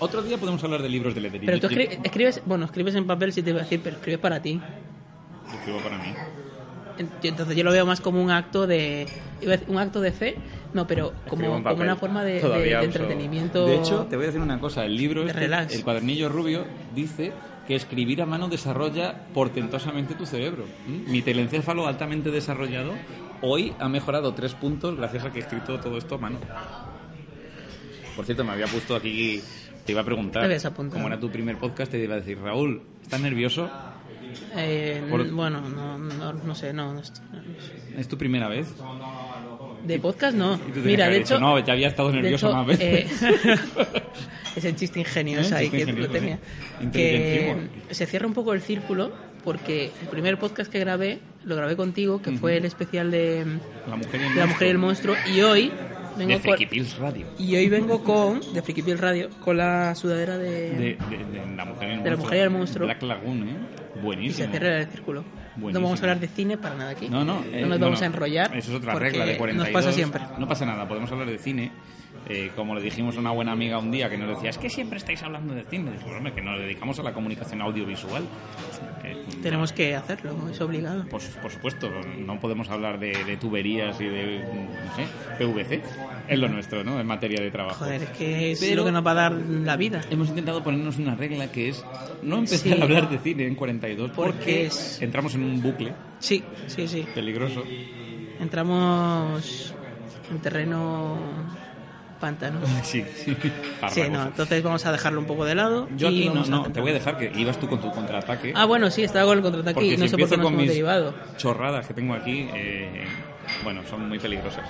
otro día podemos hablar de libros de lettering.
Pero tú
Yo- yo-
escri- escribes, bueno, escribes en papel si te iba a decir, pero escribes para ti.
yo escribo para mí.
En- yo- Entonces yo lo veo más como un acto de iba a decir, un acto de fe, no, pero como,
Escribo en
como
papel.
una forma de, de-
Todavía
de
uso-
entretenimiento.
De hecho, te voy a decir una cosa. El libro,
de
este,
relax.
el cuadernillo rubio, dice que escribir a mano desarrolla portentosamente tu cerebro. ¿Mm? Mi telencéfalo altamente desarrollado hoy ha mejorado tres puntos gracias a que he escrito todo esto a mano. Por cierto, me había puesto aquí... Te iba a preguntar,
Te habías apuntado.
como era tu primer podcast, te iba a decir, Raúl, ¿estás nervioso?
Eh,
por-
Bueno, no, no, no sé, no, no estoy-
¿Es tu primera vez?
de podcast no.
Y tú tenías que
Mira,
haber
de
dicho,
hecho,
no, ya había estado
de
nervioso
hecho,
más veces.
eh, ese chiste ingenioso
Eh,
ahí
chiste
que lo
ingenioso,
tenía.
sí.
Que
Inteligentivo.
se cierra un poco el círculo porque el primer podcast que grabé lo grabé contigo, que fue el especial de mm,
la mujer y el
de La mujer y el monstruo y hoy vengo
De
con-
Friki Pills Radio.
y hoy vengo con de Friki Piel Radio con la sudadera de,
De, de- de la mujer y el monstruo.
De La Mujer y el Monstruo.
Black Lagoon, ¿eh?
Y se
Buenísimo.
cierra el círculo. No
Buenísimo.
vamos a hablar de cine para nada aquí.
No, no. eh, no,
nos vamos
no.
a enrollar.
Eso es otra
porque
regla de 42.
Nos pasa siempre.
No pasa nada, podemos hablar de cine. Eh, como le dijimos a una buena amiga un día que nos decía, es que siempre estáis hablando de cine. Dijo, hombre, que nos dedicamos a la comunicación audiovisual. Eh,
Tenemos que hacerlo, es obligado.
Por, por supuesto, no podemos hablar de, de tuberías y de, no sé, PVC. Es lo nuestro, ¿no? En materia de trabajo.
Joder, es que es
Pero-
lo que nos va a dar la vida.
Hemos intentado ponernos una regla que es no
Sí.
empezar a hablar de cine en 42
Porque
porque,
es-
entramos en un bucle
Sí, sí, sí.
peligroso.
Entramos en terreno pantano.
Sí, sí.
Sí, no, entonces vamos a dejarlo un poco de lado.
Ah, Yo
y
aquí no,
vamos
no,
a
te voy a dejar que ibas tú con tu contraataque.
Ah, bueno, sí, estaba con el contraataque
porque
y no
si
sé por qué
empiezo
nos
con
hemos
mis
derivado.
chorradas que tengo aquí, eh, bueno, son muy peligrosas.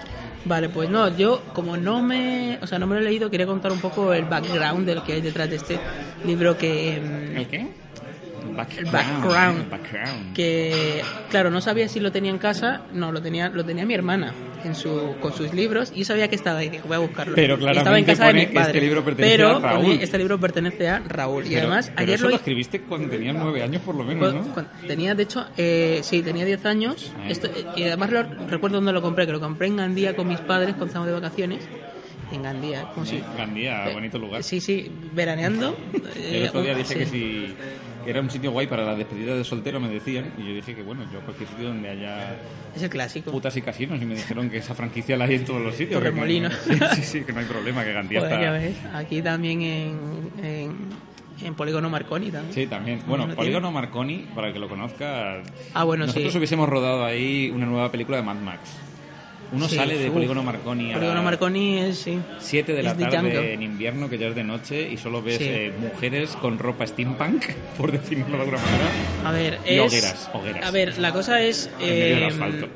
Vale, pues no, yo como no me, o sea, no me lo he leído, quería contar un poco el background de lo que hay detrás de este libro que mm,
¿El qué? Background.
background.
background.
que claro no sabía si lo tenía en casa no lo tenía lo tenía mi hermana en su con sus libros y yo sabía que estaba ahí dije voy a buscarlo
Pero
Y estaba en
claramente
casa de
pone
mis
que
padres
este libro pertenece
pero
a Raúl.
pone, este libro pertenece a Raúl y
Pero-
además
pero
ayer
eso
lo,
lo escribiste cuando tenías nueve años por lo menos,
cuando-
¿no?
cuando tenía de hecho eh, sí tenía 10 años
Ah.
esto, y además lo, recuerdo dónde lo compré que lo compré en Gandía con mis padres cuando estábamos de vacaciones en Gandía como si
Gandía,
eh,
bonito lugar.
Sí, sí, veraneando.
El
eh,
otro día
un-
dije
sí.
que si que era un sitio guay para la despedida de soltero, me decían, y yo dije que bueno, yo cualquier sitio donde haya
Es el clásico.
putas y casinos, y me dijeron que esa franquicia la hay en todos los sitios. que-
Torremolinos.
Sí, sí, sí, que no hay problema, que Gandía
Joder, Pues ya
está...
ves. Aquí también en, en, en Polígono Marconi también.
Sí, también. Bueno,
Lo tiene.
Polígono Marconi, para el que lo conozca,
Ah, bueno,
nosotros
sí.
hubiésemos rodado ahí una nueva película de Mad Max. Uno
Sí,
sale de
uf.
Polígono Marconi a
Polígono
las
Marconi es, sí.
7 de
es
la
The
tarde
Jungle.
en invierno, que ya es de noche, y solo ves
Sí.
eh, mujeres con ropa steampunk, por decirlo de alguna manera.
A ver,
Y
es.
hogueras, hogueras.
A ver, la cosa es.
medio del
eh,
asfalto.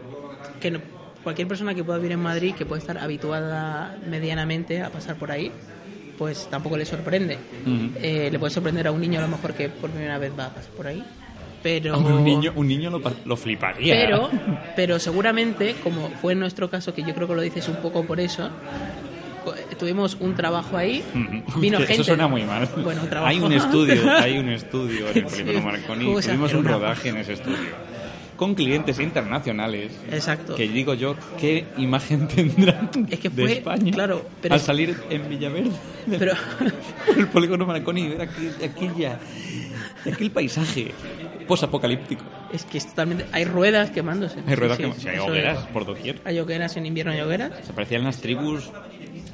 que no- cualquier persona que pueda vivir en Madrid, que pueda estar habituada medianamente a pasar por ahí, pues tampoco le sorprende. Eh, le puede sorprender a un niño a lo mejor que por primera vez va a pasar por ahí. Pero.
Un niño, un niño lo, pa- lo fliparía.
Pero, pero seguramente, como fue en nuestro caso, que yo creo que lo dices un poco por eso, co- tuvimos un trabajo ahí,
Ujú.
vino
Mm, Eso
gente.
suena muy mal.
Bueno, trabajo.
hay un estudio, hay un estudio en el
Sí.
Polígono Marconi.
Vamos a
Tuvimos
hacer
un
una-
rodaje en ese estudio con clientes internacionales.
Exacto.
Que digo yo, ¿qué imagen tendrán
Es que
de
fue-
España
claro, pero
al
es-
salir en Villaverde
Pero,
por el polígono Marconi y ver aquel, aquella, aquel paisaje posapocalíptico?
Es que es totalmente. Hay ruedas quemándose.
Hay ruedas
Sí,
que...
sí,
sí, hay
eso
hogueras
es.
por doquier.
Hay hogueras en invierno, hay hogueras.
Se parecían las tribus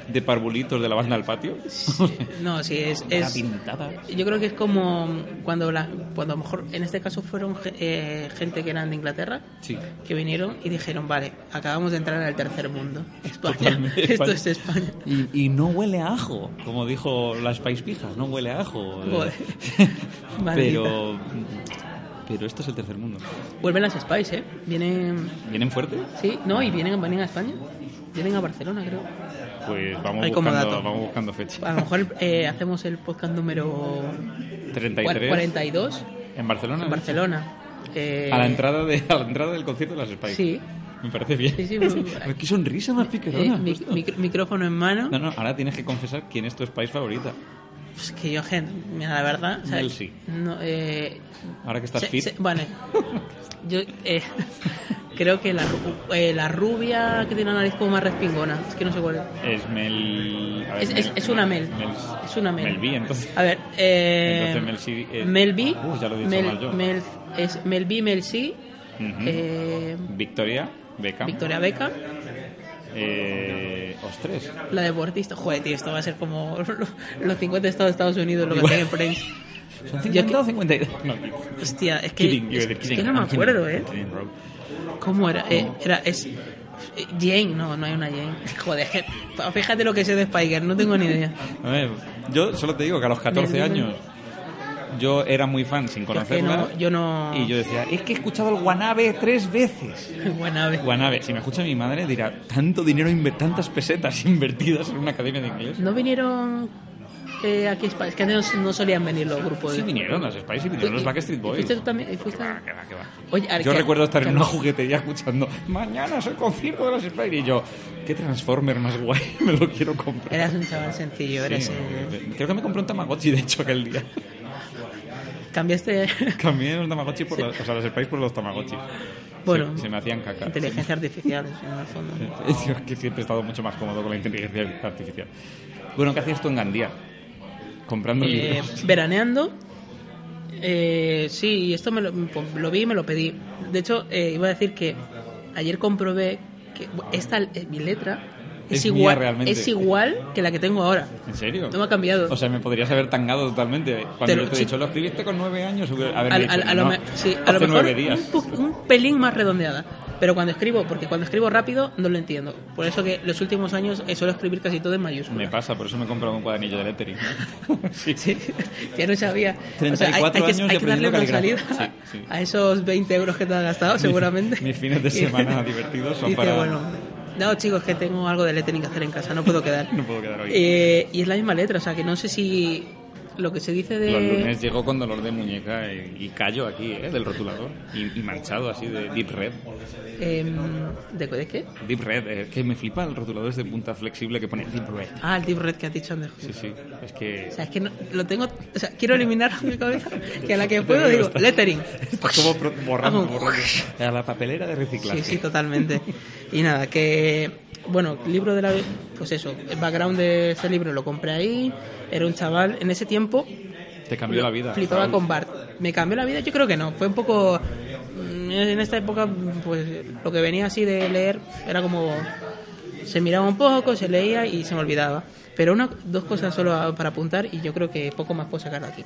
de parvulitos de la banda al patio.
Sí, Eh, No, sí, es.
Cara
es-
pintada.
yo creo que es como cuando, la, cuando a lo mejor en este caso fueron ge- eh, gente que eran de Inglaterra
Sí.
que vinieron y dijeron, vale, acabamos de entrar al tercer mundo. España,
Totalmente,
esto
España.
es España.
Y, y no huele a ajo, como dijo las Spice Pijas, no huele a ajo.
Joder.
pero, pero esto es el tercer mundo.
Vuelven las Spice, ¿eh? Vienen...
¿Vienen fuertes?
Sí, no, y vienen, vienen a España. Vienen a Barcelona, creo.
Pues vamos,
Ahí como
buscando,
dato.
vamos buscando
A
fecha.
lo mejor eh, hacemos el podcast número
33
42
en Barcelona.
en Barcelona. Eh,
Ah, A la, entrada de, a la entrada del concierto de las Spice.
Sí.
Me parece bien.
Sí, sí, muy-
Qué sonrisa más
eh,
picarona.
mic- mic- micrófono en mano.
No, no, ahora tienes que confesar quién es tu Spice favorita.
Es Pues que yo, gente, mira, la verdad... o sea,
Mel sí.
No, eh,
Ahora que estás
se-
fit.
se- vale. Yo eh, creo que la, ru- eh, la rubia que tiene la nariz como más respingona. Es que no sé cuál es.
Es Mel... a ver,
Es, es- es una Mel. Es una Mel.
Mel B, entonces.
A ver, eh,
Entonces Mel C, eh,
Mel B.
Uh, ya lo he dicho
Mel,
mal yo.
Mel- es Mel B, Mel C.
Ujú.
eh,
Victoria, Beckham.
Victoria Beckham.
Eh, ostras.
La deportista. Joder, tío, esto va a ser como los 50 estados de Estados Unidos, lo que tienen Friends.
¿Son 50
Yo
o
que-
52? No,
Hostia, es que,
kidding, yo
es-
de
es
kidding.
que no me
I'm kidding,
acuerdo,
I'm
¿eh?
kidding, bro.
¿Cómo era? Eh, era es eh, Jane, no, no hay una Jane. Joder, que- fíjate lo que sé de Spiker, no tengo ni idea.
A ver, yo solo te digo que a los 14
Mel B,
años yo era muy fan sin
Yo es que
conocerla.
no- yo no-
Y yo decía, es que he escuchado el Guanabe tres veces.
Buena vez.
Guanabe, si me escucha mi madre dirá, tanto dinero, inver- tantas pesetas invertidas en una academia de inglés.
¿No vinieron eh, aquí a España? Es que antes no, no solían venir los grupos.
Sí
de...
vinieron las Spice y vinieron los
¿Y-
Backstreet
Pues y
Boys.
fuiste tú también? ¿Y fuiste?
Que va, que va, que va.
Oye, a ver,
yo
que-
recuerdo estar
que
en
no.
una juguetería escuchando mañana es el concierto de las Spice y yo, qué Transformer más guay, me lo quiero comprar.
Eras un chaval sencillo, eras...
Sí,
eh,
Creo que me compré un Tamagotchi, de hecho, aquel día.
Cambiaste
Cambié los Tamagotchi por las, o sea, las Spice por los Tamagotchi.
Bueno.
se, se me hacían caca.
inteligencia artificial, en el fondo.
Yo es que siempre he estado mucho más cómodo con la inteligencia artificial. Bueno, ¿qué hacías tú en Gandía? Comprando
Eh,
libros.
veraneando. Eh, sí, y esto me lo, pues, lo vi y me lo pedí. De hecho, eh, iba a decir que ayer comprobé que esta eh, mi letra es,
Es mía
igual
realmente.
es igual que la que tengo ahora.
¿En serio?
No me ha cambiado.
O sea, me podrías haber tangado totalmente. Cuando
Te
yo
lo-
te he
sí.
dicho, lo escribiste con nueve años, hubiera- haberme
Al-
dicho,
al- a lo
"No,
me- sí, a
hace
lo mejor
nueve días.
un, po- un pelín más redondeada. Pero cuando escribo, porque cuando escribo rápido no lo entiendo. Por eso que los últimos años eh, suelo escribir casi todo en
Me
mayúsculas.
pasa, por eso me he comprado un cuadernillo de lettering. sí.
Sí, ya no sabía. O sea,
34
hay- hay, que-
años y
hay que,
aprendiendo
darle una salida
caligrafía. Sí, sí.
a esos 20 euros que te has gastado, seguramente.
mis fines de semana divertidos son
Dice,
para-
bueno, no, chicos, que tengo algo de lettering que hacer en casa, no puedo quedar.
No puedo quedar hoy.
Eh, y es la misma letra, o sea, que no sé si lo que se dice de...
Los lunes llego con dolor de muñeca eh, y callo aquí, ¿eh? Del rotulador. Y, y manchado así de deep red.
em, ¿De de qué?
Deep red, eh, que me flipa el rotulador este de punta flexible que pone deep red.
Ah, el deep red que has dicho antes.
Sí, sí, es que...
O sea, es que no- lo tengo... O sea, quiero eliminar a mi cabeza que a la que puedo
Te digo,
digo,
está-
lettering.
Está como pro- borrando,
Hago un-
borrando. A la papelera de reciclaje.
Sí, sí, totalmente. Y nada, que. Bueno, libro de la. Pues eso, el background de ese libro lo compré ahí. Era un chaval. En ese tiempo.
Te cambió la vida.
Flipaba
Raúl.
con Bart. ¿Me cambió la vida? Yo creo que no. Fue un poco. mm, En esta época, pues lo que venía así de leer era como. Se miraba un poco, se leía y se me olvidaba. Pero una, dos cosas solo a- para apuntar y yo creo que poco más puedo sacar de aquí.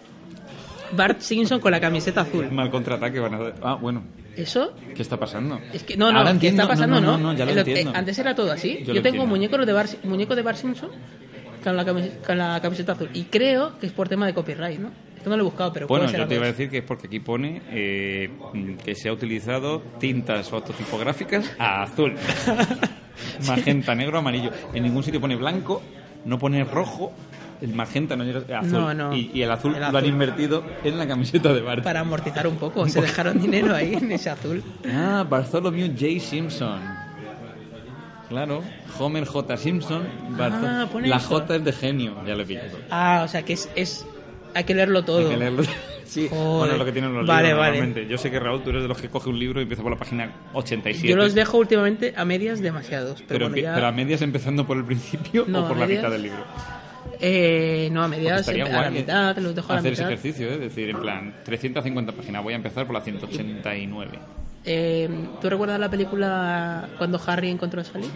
Bart Simpson con la camiseta azul.
Mal contraataque van a hacer. Ah, bueno.
¿Eso?
¿Qué está pasando?
Es que no, no,
Ahora
es que
entiendo.
está pasando,
no,
¿no?
no, no, ya lo
Lo- eh,
entiendo.
antes era todo así.
Yo
Yo,
lo entiendo.
tengo muñecos de, Bar, muñecos de Bart Simpson con la, camis- con la camiseta azul. Y creo que es por tema de copyright, ¿no? Es que no lo he buscado, pero
Bueno,
puede ser
yo
algo
te iba a
de
decir que es porque aquí pone eh, mm, que se ha utilizado tintas fototipográficas a azul, magenta, negro, amarillo. En ningún sitio pone blanco, no pone rojo, el magenta no llega azul.
No, no.
Y, y el azul
El
lo han
azul.
invertido en la camiseta de
eso.
Bart.
Para amortizar un poco. Se dejaron dinero ahí en ese azul.
Ah, Bartholomew J. Simpson. Claro, Homer J. Simpson. Barthol-
Ah, pone
la
eso.
J es de genio, ya lo he pillado.
Ah, o sea que es... es hay que leerlo todo.
Hay que leerlo. Sí,
Joder.
bueno, es lo que tienen los
Vale,
libros
vale.
normalmente. Yo sé que Raúl, tú eres de los que coge un libro y empieza por la página 87.
Yo los dejo últimamente a medias demasiados. Pero,
pero,
bueno,
empie-
ya-
pero a medias empezando por el principio
No,
o
a
por la
medias.
mitad del libro.
Eh, no, a
Porque
medias,
estaría
a la
guay, eh,
mitad, los dejo a la
hacer
mitad.
ese ejercicio, ¿eh? es decir, en plan, 350 páginas, voy a empezar por la 189.
Eh, ¿Tú recuerdas la película cuando Harry encontró a Sally?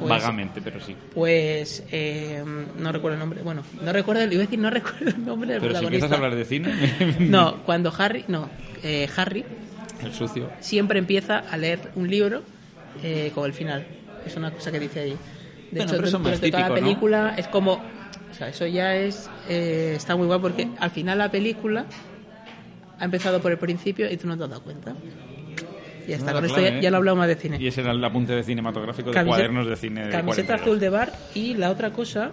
Pues-
Vagamente, pero sí.
Pues eh, no recuerdo el nombre. Bueno, no recuerdo, iba a decir no recuerdo el nombre del
Pero si
protagonista.
empiezas a hablar de cine,
No, cuando Harry, no, eh, Harry
el sucio.
siempre empieza a leer un libro eh, con el final. Es una cosa que dice ahí. De
Bueno, pero eso es más
durante toda la
típico, ¿no?
película es como, o sea, eso ya es eh, está muy guay porque al final la película ha empezado por el principio y tú no te has dado cuenta. Y hasta
No,
con esto
clave,
ya,
¿eh?
ya lo hablamos más de cine.
Y ese era el apunte de cinematográfico de
Camiseta-
cuadernos de cine. de
Camiseta
42.
azul de bar y la otra cosa.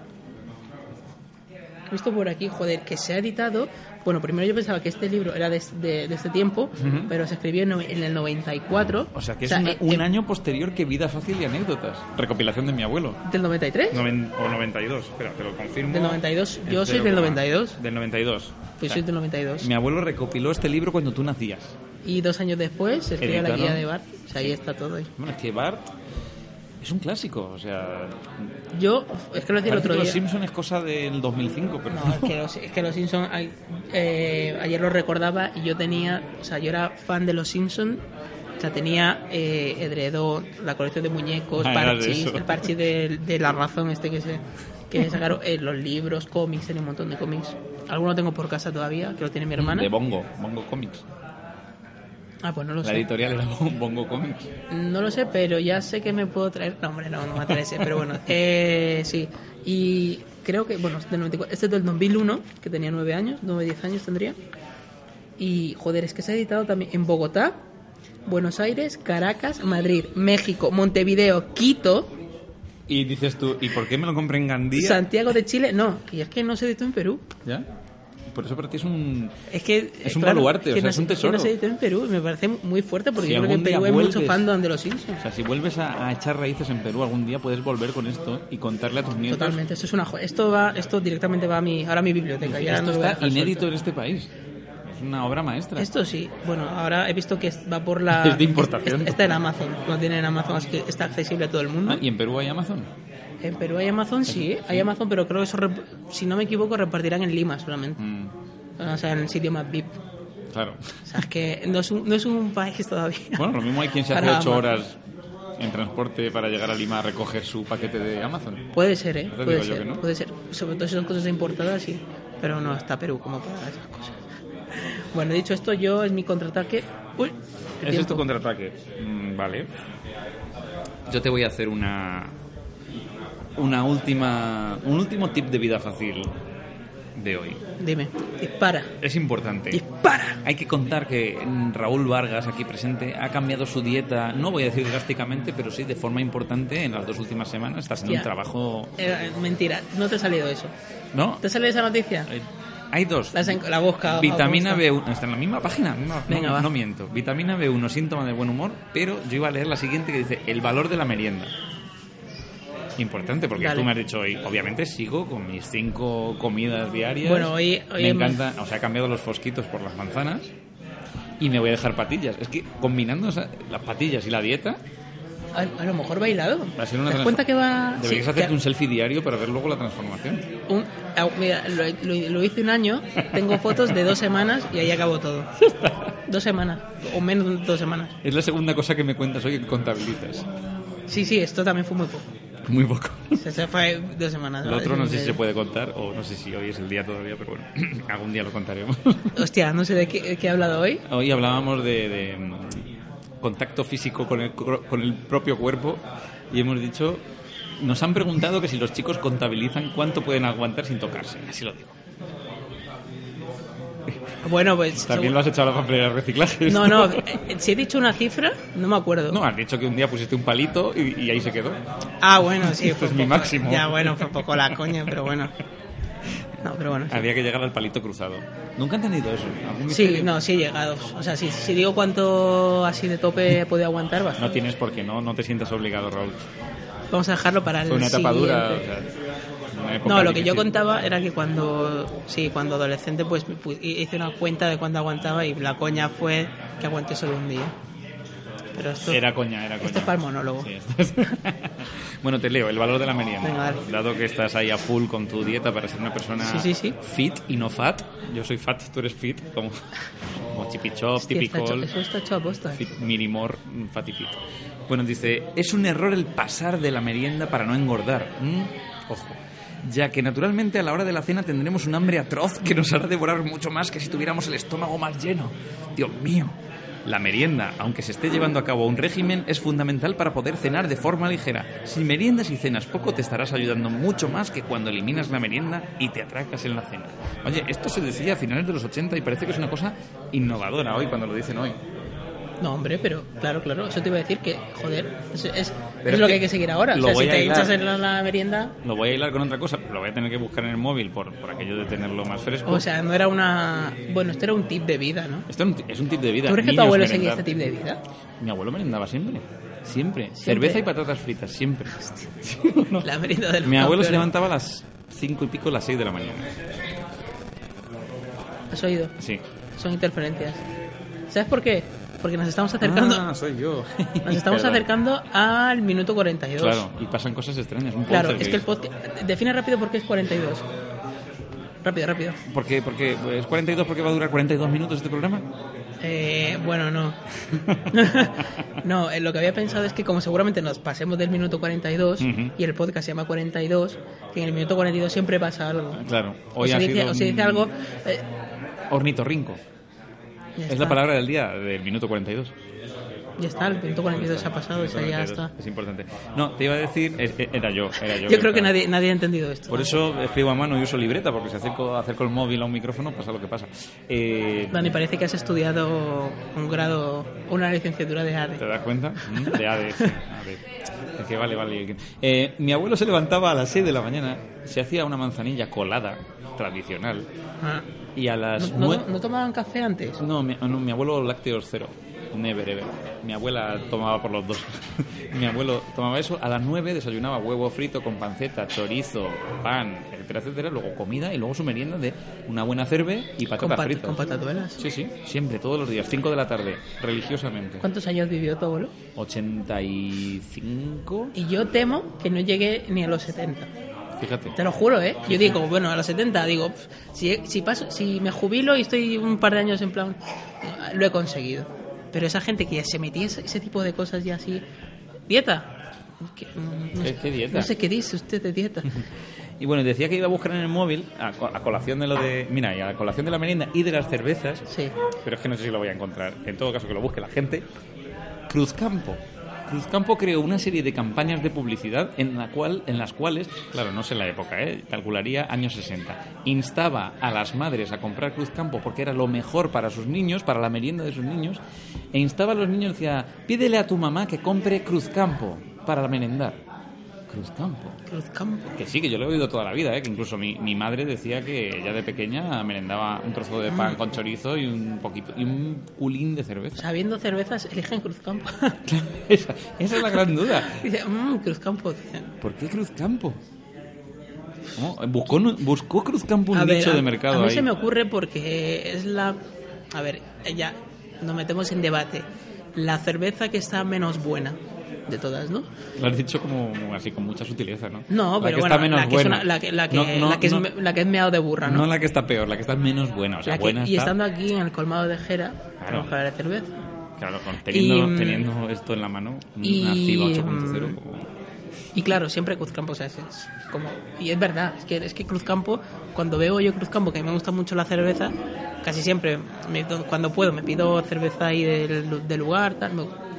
He visto por aquí, joder, que se ha editado. Bueno, primero yo pensaba que este libro era de, es- de- de este tiempo, pero se escribió en, no- en el 94.
O sea, que es una-
eh,
un
eh,
año posterior que Vida Fácil y Anécdotas. Recopilación de mi abuelo.
¿Del 93?
Noven- o 92, espera, te lo confirmo.
Del 92.
En
Yo soy
cero
del
coma.
92.
Del 92.
Pues soy del 92.
Mi abuelo recopiló este libro cuando tú nacías.
Y dos años después se escribió la
Editaron.
guía de bar. O sea, ahí está todo.
Bueno, es que Bart es un clásico, o sea...
Yo, es que lo decía
parece
el otro
que
día.
Los Simpson es cosa del 2005, pero...
No, es que los, es que los Simpsons, ayer lo recordaba y yo tenía, o sea, yo era fan de los Simpsons, o sea, tenía eh, Edredón, la colección de muñecos,
Ah, era de
parchís,
eso.
el parchís de, de la razón este que se que sacaron, eh, los libros, cómics, tenía un montón de cómics. Alguno tengo por casa todavía, que lo tiene mi hermana.
Mm, De Bongo, Bongo Comics.
Ah, pues no lo
La
sé.
editorial era Bongo Comics.
No lo sé, pero ya sé que me puedo traer. No, hombre, no, no me atreves, pero bueno, eh, sí. Y creo que, bueno, es del 94. este es del 2001, que tenía 9 años, 9, 10 años tendría. Y joder, es que se ha editado también en Bogotá, Buenos Aires, Caracas, Madrid, México, Montevideo, Quito,
Y dices tú, ¿y por qué me lo compré en Gandía?
Santiago de Chile. No, y es que no se editó en Perú.
¿Ya? Por eso para ti es un...
Es que.
Es un
claro,
baluarte, o
que
sea,
no
es un
se- que
tesoro.
No se editó en Perú, y me parece muy fuerte porque
Si
yo creo que en
algún día
Perú hay mucho
vuelves-
fandom de los Simpsons.
O sea, si vuelves a, a echar raíces en Perú algún día, puedes volver con esto y contarle a tus nietos.
Totalmente, esto es una jo- esto va esto directamente va a mi ahora a mi biblioteca, ya no
Esto
lo voy a
está
dejar
inédito
suelto.
en este país. Es una obra maestra.
Esto sí. Bueno, ahora he visto que es- va por la
Es de importación.
es- Está en Amazon, lo tienen en Amazon, así que está accesible a todo el mundo.
Ah, ¿Y en Perú hay Amazon?
En Perú hay Amazon, sí, hay Amazon, pero creo que eso rep- si no me equivoco repartirán en Lima solamente.
Mm,
O sea, en el sitio más VIP.
claro.
O sea, es que no es un, no es un país todavía.
Bueno, lo mismo hay quien se hace
Para
ocho
Amazon.
horas en transporte para llegar a Lima a recoger su paquete de Amazon.
Puede ser, ¿eh?
Ya te
Puede
digo yo
ser,
que no.
puede ser. Sobre todo si son cosas importadas, sí. Pero no, hasta Perú como para esas cosas. Bueno, dicho esto, yo en mi contraataque... Uy,
Ese
el
es tu
tiempo.
contraataque. Mm, vale. Yo te voy a hacer una una última un último tip de vida fácil de hoy.
Dime, dispara,
Es importante.
dispara.
Hay que contar que mm, Raúl Vargas, aquí presente, ha cambiado su dieta, no voy a decir drásticamente, pero sí de forma importante en las dos últimas semanas. Está haciendo un
Hostia.
trabajo...
Eh, mentira, no te ha salido eso.
¿No?
¿Te ha salido esa noticia?
Eh, Hay dos.
La, has en- la busca.
Vitamina B1.
Augusto.
Está en la misma página. No, no-
Venga, va.
no miento. Vitamina B1, síntoma del buen humor. Pero yo iba a leer la siguiente que dice: El valor de la merienda. Importante, porque
Dale.
tú me has dicho hoy, obviamente sigo con mis cinco comidas diarias.
Bueno, hoy- hoy
me
hemos-
encanta, o sea, he cambiado los fosquitos por las manzanas y me voy a dejar patillas. Es que combinando esa- las patillas y la dieta,
A, a lo mejor bailado.
va a ser una
¿Te
transfor-
das cuenta que va...?
Deberías
sí,
hacerte
que-
un selfie diario para ver luego la transformación.
un- ah, mira, lo, lo- lo hice un año, tengo fotos de dos semanas y ahí acabó todo. Dos semanas, o menos de dos semanas.
Es la segunda cosa que me cuentas hoy que contabilizas.
Sí, sí, esto también fue muy poco.
Muy poco.
Se, se fue dos semanas.
Lo
¿vale?
otro no sé
Siempre-
si se puede contar o no sé si hoy es el día todavía, pero bueno, algún día lo contaremos.
Hostia, no sé de qué, qué he hablado hoy.
Hoy hablábamos de, de, mm, contacto físico con el, cro- con el propio cuerpo y hemos dicho, nos han preguntado que si los chicos contabilizan cuánto pueden aguantar sin tocarse, así lo digo.
Bueno, pues...
También lo has echado a la papelera de reciclaje.
No, no, eh, si he dicho una cifra, no me acuerdo.
No, has dicho que un día pusiste un palito y, y ahí se quedó.
Ah, bueno, sí.
Esto
fue
es
un
mi
poco-
máximo.
Ya, bueno, fue un poco la coña, pero bueno. No, pero bueno. sí.
Había que llegar al palito cruzado. Nunca he entendido eso. ¿Algún
Sí,
misterio?
no, sí he llegado. O sea, si, si digo cuánto así de tope puede aguantar, bastante.
No tienes por qué, no, no te sientas obligado, Raúl.
Vamos a dejarlo para el
Fue una etapa
siguiente.
dura. o sea, una época
No, lo que yo
difícil.
contaba era que cuando, sí, cuando adolescente, pues pu- hice una cuenta de cuánto aguantaba y la coña fue que aguanté solo un día. Pero esto,
Era coña, era coña.
esto es para el monólogo.
Sí, esto es- bueno, te leo, el valor de la merienda.
Venga, dale.
Dado que estás ahí a full con tu dieta para ser una persona
Sí, sí, sí.
fit y no fat, yo soy fat, tú eres fit, como, como chipichop,
Hostia, está hecho-
tipicol,
eso está hecho ¿eh? a posta.
fit, mirimor, mm, fat y fit. Bueno, dice, es un error el pasar de la merienda para no engordar. Mm, Ojo. Ya que naturalmente a la hora de la cena tendremos un hambre atroz que nos hará devorar mucho más que si tuviéramos el estómago más lleno. Dios mío. La merienda, aunque se esté llevando a cabo un régimen, es fundamental para poder cenar de forma ligera. Si meriendas y cenas poco, te estarás ayudando mucho más que cuando eliminas la merienda y te atracas en la cena. Oye, esto se decía a finales de los 80 y parece que es una cosa innovadora hoy cuando lo dicen hoy.
No, hombre, pero claro, claro, eso te iba a decir que, joder, es, es-
Pero
es
es que
lo que hay que seguir ahora.
lo
O sea,
voy
si
a
te
hilar.
hinchas en la, la merienda,
Lo voy a hilar con otra cosa, pero lo voy a tener que buscar en el móvil por, por aquello de tenerlo más fresco.
o sea, no era una. Bueno, esto era un tip de vida, ¿no?
Esto es un ti- es un tip de vida.
¿Tú crees que tu
niños
abuelo seguía
merendar.
este tip de vida?
Mi abuelo merendaba siempre. Siempre. Cerveza y patatas fritas, siempre.
La merienda del
Mi abuelo se levantaba a las 5 y pico, las 6 de la mañana.
¿Has oído?
Sí.
Son interferencias. ¿Sabes por qué? Porque nos estamos acercando.
Ah, soy yo.
Nos estamos
Perdón.
acercando al minuto 42.
Claro, y pasan cosas extrañas. Un
Claro, es
poltergeist.
que el podcast. Define rápido por qué es 42. Rápido, rápido.
Porque, porque es 42 porque va a durar 42 minutos este programa.
Eh, bueno, no. no, eh, lo que había pensado es que, como seguramente nos pasemos del minuto 42
Ujú.
y el podcast se llama 42, que en el minuto 42 siempre pasa algo.
Claro.
O
Hoy
se,
ha
dice,
sido
o se dice
un
algo. eh,
Ornitorrinco.
ya
Es
está.
la palabra del día, del minuto 42.
Ya está, el minuto 42 se ha pasado, o sea, ya
42,
está.
Es importante. No, te iba a decir, es- e, era yo, era yo.
Yo creo que
estaba.
nadie, nadie ha entendido esto.
Por eso escribo a mano y uso libreta, porque si acerco, acerco el móvil a un micrófono pasa lo que pasa. Eh,
Dani, parece que has estudiado un grado, una licenciatura de ADE.
¿Te das cuenta? Mm, De ADS. Es que vale, vale. Eh, mi abuelo se levantaba a las 6 de la mañana, se hacía una manzanilla colada, tradicional,
Ah.
y a las
¿No, no-
nue-
no tomaban café antes?
No, mi, ah, no, mi abuelo lácteos cero. Never, ever. Mi abuela tomaba por los dos. mi abuelo tomaba eso. A las nueve desayunaba huevo frito con panceta, chorizo, pan, etcétera, etcétera. Luego comida y luego su merienda de una buena cerve y
Con,
patatas
pat-
fritas.
con patatuelas.
Sí, sí. Siempre, todos los días. Cinco de la tarde, religiosamente.
¿Cuántos años vivió tu abuelo?
85.
Y yo temo que no llegue ni a los 70.
Fíjate.
Te lo juro, ¿eh? Yo digo, bueno, a los 70, digo, pf, si, si, paso, si me jubilo y estoy un par de años en plan, eh, lo he conseguido. Pero esa gente que se metía ese, ese tipo de cosas ya así, dieta. ¿Qué, Mm, no
¿Qué-
sé-
qué dieta?
No sé qué dice usted de dieta.
Y bueno, decía que iba a buscar en el móvil, a, co- a colación de lo de. Mira, y a la colación de la merienda y de las cervezas,
Sí.
pero es que no sé si lo voy a encontrar. En todo caso, que lo busque la gente. Cruzcampo. Cruzcampo creó una serie de campañas de publicidad en, la cual, en las cuales, claro, no sé la época, ¿eh? calcularía años 60, instaba a las madres a comprar Cruzcampo porque era lo mejor para sus niños, para la merienda de sus niños, e instaba a los niños, decía, pídele a tu mamá que compre Cruzcampo para merendar. Cruzcampo.
Cruzcampo.
Que sí, que yo lo he oído toda la vida, ¿eh? que incluso mi, mi madre decía que ella de pequeña merendaba un trozo de pan con chorizo y un poquito y un culín de
O
cerveza.
sea, viendo cervezas, eligen Cruzcampo.
esa, esa es la gran duda.
Dice, mmm, Cruzcampo. Dicen,
¿Por qué Cruzcampo? ¿Cómo? Buscó, nu- buscó Cruzcampo un
A ver,
nicho
a-
de mercado
A mí
ahí.
se me ocurre porque es la. A ver, ya nos metemos en debate. La cerveza que está menos buena de todas, ¿no?
Lo has dicho como así con mucha sutileza, ¿no?
No,
La
pero
que
bueno,
está menos
la que es
buena.
una- la que- la que-
No, no,
la que es
no-
me- la que es meado de burra, ¿no?
no la que está peor, la que está menos buena, o sea,
La que-
buena
y
está-
estando aquí en el colmado de Jera,
Claro.
vamos para la cerveza.
Claro, con- teniendo,
y, mm,
teniendo esto en la mano, un
y,
Arciba
mm,
8.0. como-
Y claro, siempre Cruzcampo, o sea, es, es como... Y es verdad, es que, es que Cruzcampo, cuando veo yo Cruzcampo, que a mí me gusta mucho la cerveza, casi siempre, me- cuando puedo, me pido cerveza ahí del, del lugar, tal, me-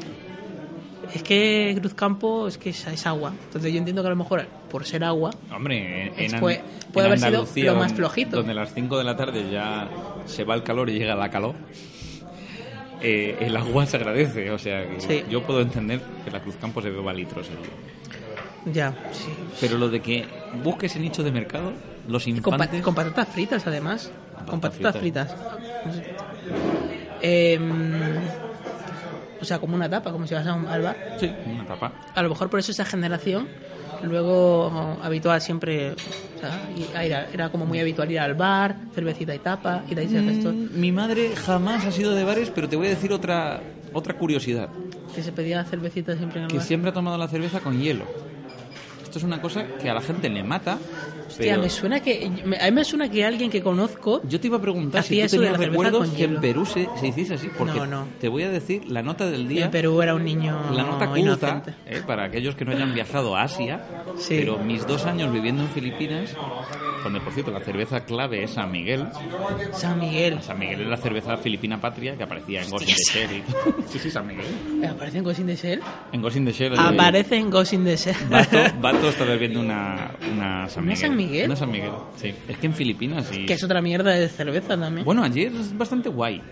Es que Cruzcampo es que es, es agua. Entonces yo entiendo que a lo mejor por ser agua,
Hombre, en,
Es-
en
Pues puede-
An-
puede
en
haber sido
Andalucía,
lo más
donde-
flojito.
Donde a las 5 de la tarde ya se va el calor y llega la calor. eh, el agua se agradece, o sea, que
Sí.
yo puedo entender que la Cruz Campo se beba litros al día.
ya, sí.
Pero lo de que busque ese nicho de mercado, los
Y Con, pat-
infantes...
con patatas fritas, además. Con
Patatas
patatas fritas. Em, o sea, como una tapa, como si vas a un al bar.
Sí, una tapa.
A lo mejor por eso esa generación luego habitual siempre. o sea, y- ah, era, era como muy habitual ir al bar, cervecita y tapa, y de ahí se hace esto.
Mm, Mi madre jamás ha sido de bares, pero te voy a decir otra, otra curiosidad.
Que se pedía cervecita siempre en el
Mm. Que
bar.
siempre ha tomado la cerveza con hielo. Esto es una cosa que a la gente le mata.
Hostia,
Pero
me suena que. me- a mí me suena que alguien que conozco.
yo te iba a preguntar si
Hacía
tú
eso de
tenías
la cerveza
recuerdos
con
que en
hielo.
Perú se, se hiciese así. Porque
No, no.
te voy a decir la nota del día.
En Perú era un niño
La nota culta,
inocente.
eh, para aquellos que no hayan viajado a Asia,
Sí.
pero mis dos años viviendo en Filipinas, donde por cierto la cerveza clave es San Miguel,
San Miguel.
San Miguel es la cerveza filipina patria que aparecía en Ghost in the
Hostias.
Shell. y- Sí, sí, San Miguel.
Eh, Aparece en Cosín de Shell.
En Ghost in the Shell. eh,
Aparece en Ghost in the Shell.
Bato, Bato está bebiendo una, una San
¿Una
Miguel.
San Miguel?
Una San Miguel, sí. Es que en Filipinas y...
Que es otra mierda de cerveza también.
Bueno, allí es bastante guay.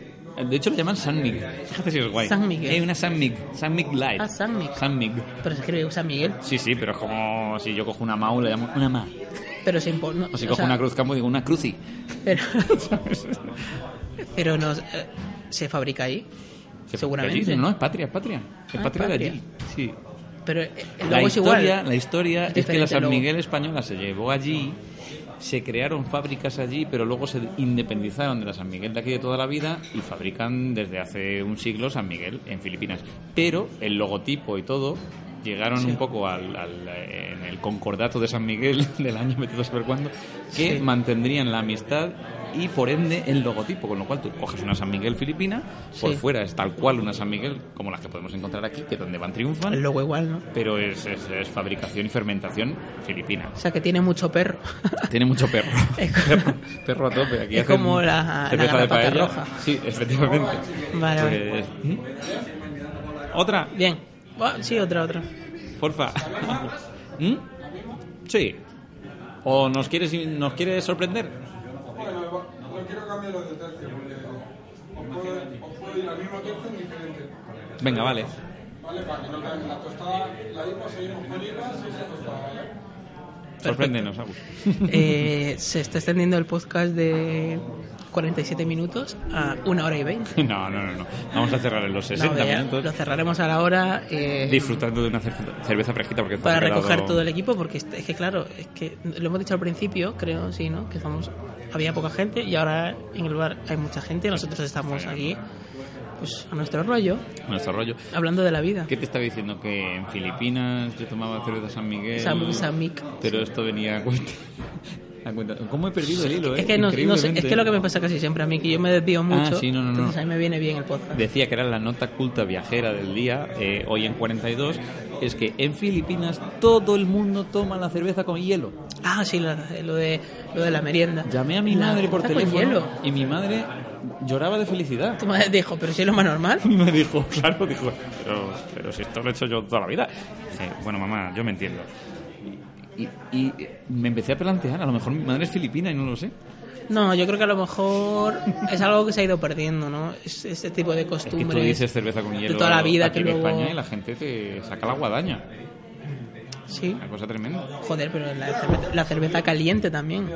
De hecho, lo llaman San Miguel. Fíjate si es guay.
San Miguel.
Hay una San Mig. San Mig Light.
Ah, San Mig.
San Mig.
Pero se escribe San Miguel.
Sí, sí, pero es como si yo cojo una MAU, le llamo una MA.
Pero se impone.
O si cojo una Cruz Campo, digo una Cruci.
Pero, pero no, eh, se fabrica ahí. Seguramente.
Allí, no, no, es patria, es patria. Es
Ah,
patria de
patria.
allí. Sí.
Pero eh, el
La
logo es igual.
historia, la historia es que la
diferente
San
logo.
Miguel española se llevó allí, se crearon fábricas allí, pero luego se independizaron de la San Miguel de aquí de toda la vida y fabrican desde hace un siglo San Miguel en Filipinas. Pero el logotipo y todo llegaron un poco al, al, eh, en el concordato de San Miguel del año metido a saber cuándo, que
Sí.
mantendrían la amistad y por ende el logotipo, con lo cual tú coges una San Miguel filipina, por
Sí.
fuera es tal cual una San Miguel como las que podemos encontrar aquí, que donde van triunfan,
El logo igual, ¿no?
pero es, es- es fabricación y fermentación filipina.
O sea, que tiene mucho perro.
Tiene mucho perro.
Es como-
perro, perro a tope. Aquí
es
hacen
como la-
cerveza
la
de
garrapata
paella.
roja.
Sí, efectivamente.
Vale, vale. ¿Mm?
Pues, ¿hmm? Otra,
Bien. Buah, sí, otra, otra.
porfa. ¿Mm? Sí. ¿O nos quieres, nos quieres sorprender? Venga, vale. Sorpréndenos, Agus.
Eh, se está extendiendo el podcast de 47 minutos a una hora y 20.
No, no, no, no. Vamos a cerrar en los 60
No, vea,
minutos.
Lo cerraremos a la hora. eh,
disfrutando de una cerve- cerveza fresquita porque
para recoger todo el equipo porque es es que claro es que lo hemos dicho al principio creo sí no que estamos había poca gente y ahora en el bar hay mucha gente nosotros estamos aquí pues a nuestro rollo
nuestro rollo.
hablando de la vida
¿Qué te estaba diciendo? Que en Filipinas yo tomaba cerveza San Miguel.
Sam- San Mick.
Pero esto venía a cuenta. a cuenta. ¿Cómo he perdido el hilo?
es
eh?
que no, no sé, es
Increíblemente. Ah,
que lo que me pasa casi siempre a mí que yo me desvío mucho
sí, no, no, no.
entonces a mí me viene bien el podcast
Decía que era la nota culta viajera del día, eh, hoy en 42, es que en Filipinas todo el mundo toma la cerveza con hielo.
ah sí la- lo de lo de la merienda
Llamé a mi
La
madre por
cerveza con
teléfono
hielo.
y mi madre lloraba de felicidad.
tu madre dijo pero si es lo más normal
Y me dijo, claro, dijo, pero, pero si esto lo he hecho yo toda la vida. Dije, bueno, mamá, yo me entiendo. Y, y me empecé a plantear, a lo mejor mi madre es filipina y no lo sé.
no yo creo que a lo mejor es algo que se ha ido perdiendo no es, este tipo de
Es que tú
costumbres
dices cerveza con hielo
de toda la vida
aquí
que
en
luego-
España y la gente te saca la guadaña.
sí
Una cosa tremenda.
Joder, pero la cerveza, la cerveza caliente también,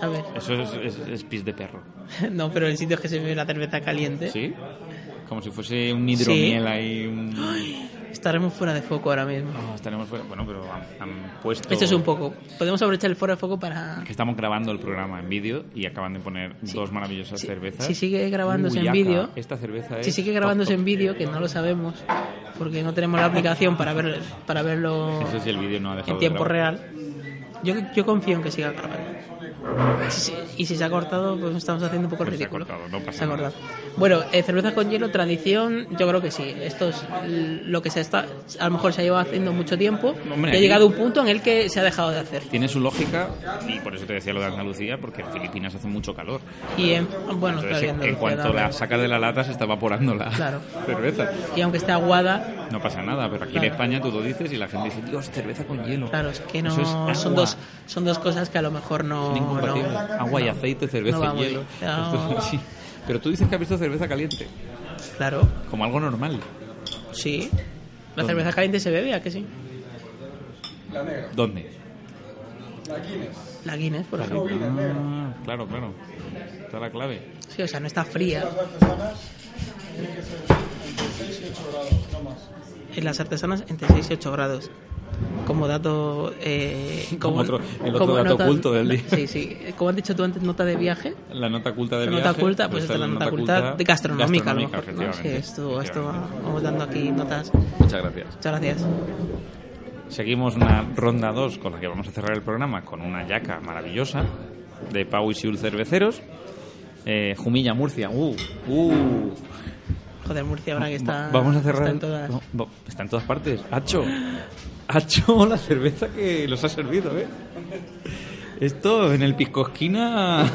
¿sabes?
Eso es, es, es pis de perro.
No, pero en sitios que se ve la cerveza caliente,
¿Sí? Como si fuese un hidromiel ahí. un-
estaremos fuera de foco ahora mismo.
Ah, estaremos fuera- Bueno, pero han, han puesto.
Esto es un poco. Podemos aprovechar el fuera de foco para.
Que estamos grabando el programa en vídeo y acaban de poner dos maravillosas
Si-
cervezas.
si sigue grabándose en
Uyaca,
vídeo-
Esta cerveza es.
Si sigue grabándose en vídeo, que no lo sabemos, porque no tenemos la aplicación para, ver, para verlo
No sé si el vídeo no ha dejado
en
de
tiempo
grabar.
real. Yo, yo confío en que siga grabando. Sí, sí, Y si se ha cortado, pues estamos haciendo un poco el
Pues se ha
ridículo.
cortado, no pasa
Se ha
nada.
cortado. Bueno, eh, cervezas con hielo, tradición, yo creo que sí. Esto es l- lo que se está, a lo mejor se ha llevado haciendo mucho tiempo.
Hombre,
y ha
aquí-
llegado un punto en el que se ha dejado de hacer.
Tiene su lógica y por eso te decía lo de Andalucía, porque en Filipinas hace mucho calor.
Y en, bueno,
Entonces,
claro,
en,
y
en
Andalucía
cuanto
también.
la sacas de la lata, se está evaporando la
Claro.
cerveza.
Y aunque esté aguada,
No pasa nada, pero aquí en
Claro.
España tú lo dices y la gente dice, Dios, cerveza con hielo.
claro, es que no.
Eso es agua.
son, dos, son dos cosas que a lo mejor no.
Es incompatible.
no-
Agua y
no.
aceite, cerveza
No va
y
muy
hielo.
bien. No.
Sí. Pero tú dices que has visto cerveza caliente,
Claro,
como algo normal.
sí. La
¿Dónde?
cerveza caliente se bebe, ¿a que sí?
¿Dónde?
La Guinness, por ejemplo.
Ah, claro, claro. Está la clave.
Sí, o sea, no está fría. En las artesanas entre 6 y 8 grados. Como dato... eh,
Como otro- el otro
como
dato
nota-
oculto del día.
Sí, sí. Como has dicho tú antes, nota de viaje.
La nota culta de
La
viaje.
nota oculta, pues
está
esta es la nota oculta de gastronómica, a lo mejor. ¿no? Sí,
efectivamente.
esto, esto
Efectivamente.
vamos dando aquí notas.
Muchas gracias.
Muchas gracias.
Seguimos una ronda 2 con la que vamos a cerrar el programa con una yaca maravillosa de Pau y Siul Cerveceros. Eh, Jumilla, Murcia. Uh, uh.
Joder, Murcia, ahora que está...
Va- Vamos a cerrar.
está en todas.
no, va- está en todas partes. Hacho. Hacho la cerveza que los ha servido, ¿eh? Esto en el Piscosquina.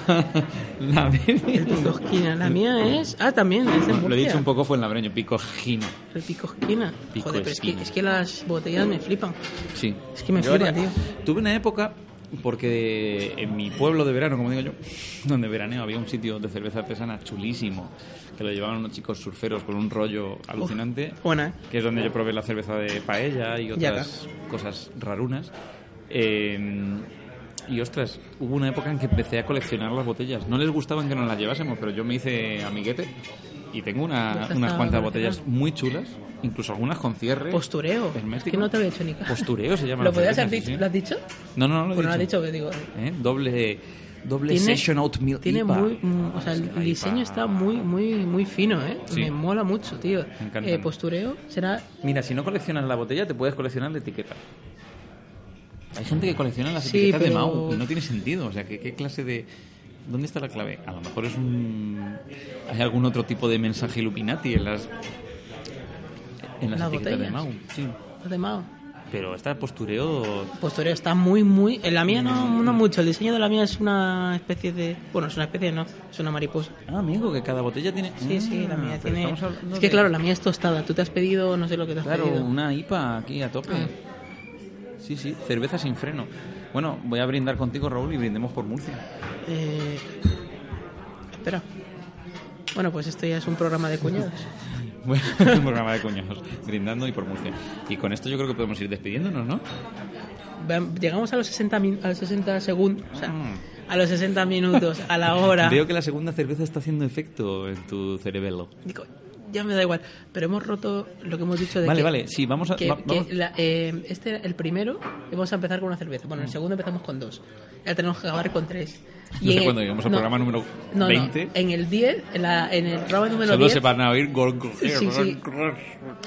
la bebe.
El pico esquina. La mía es... Ah, también, es de Murcia.
Lo he dicho un poco fue en labreño, Piscosquina.
El pico esquina.
Pico
Joder, pero es que,
esquina.
es que las botellas me flipan.
Sí.
Es que me
Yo
flipa,
haría-
tío.
Tuve una época, porque en mi pueblo de verano, como digo yo, donde veraneo, había un sitio de cerveza artesana chulísimo, que lo llevaban unos chicos surferos con un rollo alucinante,
Buena, ¿eh?
que es donde yo probé la cerveza de paella y otras cosas rarunas. Eh, y ostras, hubo una época en que empecé a coleccionar las botellas. No les gustaban que nos las llevásemos, pero yo me hice amiguete y tengo
Pues
una,
está Pues
unas cuantas
coleccionando.
botellas muy chulas, incluso algunas con cierre.
Postureo. Es
Hermético.
que no te había hecho ni caso.
Postureo se llama.
¿Lo
la
podías
cerveza, sí, sí.
haber dicho? ¿Lo has dicho?
No, no, no lo he
Bueno, lo has
dicho.
dicho, que digo.
¿Eh? Doble, doble
Tiene-
session oatmeal
Tiene
IPA.
muy, mm, o sea,
Es que
el
la
diseño
IPA-
está muy, muy, muy fino, ¿eh?
Sí.
Me mola mucho, tío.
Me encanta.
Eh, postureo será.
Mira, si no coleccionas la botella, te puedes coleccionar la etiqueta. Hay gente que colecciona las
Sí,
etiquetas de
pero-
Mau y no tiene sentido. O sea, ¿qué, qué clase de...? ¿Dónde está la clave? A lo mejor es un... ¿Hay algún otro tipo de mensaje Illuminati en las, en las
Las
etiquetas de
botellas.
Mau? Sí.
¿Has temado?
Pero está postureo...
Postureo está muy, muy. En la mía no, no mucho. El diseño de la mía es una especie de. Bueno, es una especie, no. Es una mariposa.
Ah, amigo, que cada botella tiene...
Sí, sí, la
Ah,
mía
pero
tiene.
estamos hablando
Es que,
de-
claro, la mía es tostada. Tú te has pedido, no sé lo que te has
Claro,
pedido.
una IPA aquí a tope.
Ah.
Sí, sí, cerveza sin freno. Bueno, voy a brindar contigo, Raúl, y brindemos por Murcia.
Eh, Espera. Bueno, pues esto ya es un programa de cuñadas.
Bueno, un programa de coñados, brindando y por Murcia. Y con esto yo creo que podemos ir despidiéndonos, ¿no?
Vam- Llegamos a los 60, min- a los 60 segundos, o sea,
Mm.
a los 60 minutos, a la hora.
Veo que la segunda cerveza está haciendo efecto en tu cerebelo.
Digo, ya me da igual, pero hemos roto lo que hemos dicho de
Vale,
que-
vale, sí, vamos a...
que-
va-
que
vamos-
la- eh, este era el primero, vamos a empezar con una cerveza. Bueno, en el segundo empezamos con dos. Ya tenemos que acabar con tres.
Mm. No sé
en el-
cuándo llegamos al
no,
programa número
no, no,
20.
en el 10, en, la- en el programa número
Solo
10.
se van a oír... gor-
Sí,
pues
sí. Ya,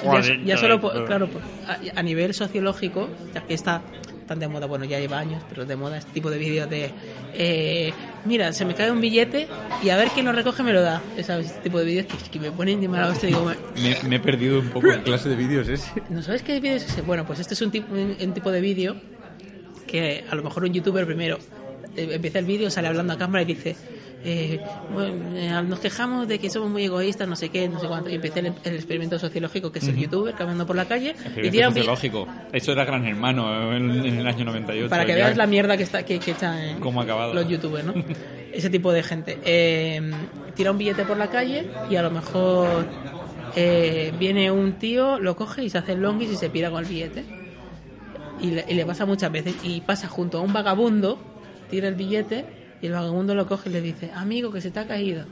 gor-
ya solo, por- claro, por- a, a nivel sociológico, ya que está tan de moda, bueno, ya lleva años, pero de moda este tipo de vídeos de, eh, mira, se me cae un billete y a ver quién lo recoge me lo da. ¿Sabes? Este tipo de vídeos que, que me ponen de mala hostia y digo, "Bueno,
Me, me he perdido un poco en clase de vídeos ese.
¿no sabes qué vídeo es ese? Bueno, pues este es un, tip- un- un tipo de vídeo que a lo mejor un youtuber primero eh, empieza el vídeo, sale hablando a cámara y dice... eh, bueno, eh, nos quejamos de que somos muy egoístas, no sé qué, no sé cuánto. Y empieza el, el experimento sociológico que es el youtuber caminando por la calle y
Experimento
tira un vi-
sociológico. Eso era Gran Hermano en, en el año 98.
Para que
Era-
veas la mierda que, está, que, que echan eh,
Cómo ha acabado.
los youtubers, ¿no? Ese tipo de gente. Eh, tira un billete por la calle y a lo mejor eh, viene un tío, lo coge y se hace el longis y se pira con el billete. Y le, y le pasa muchas veces. Y pasa junto a un vagabundo, tira el billete y el vagabundo lo coge y le dice, amigo, que se te ha caído.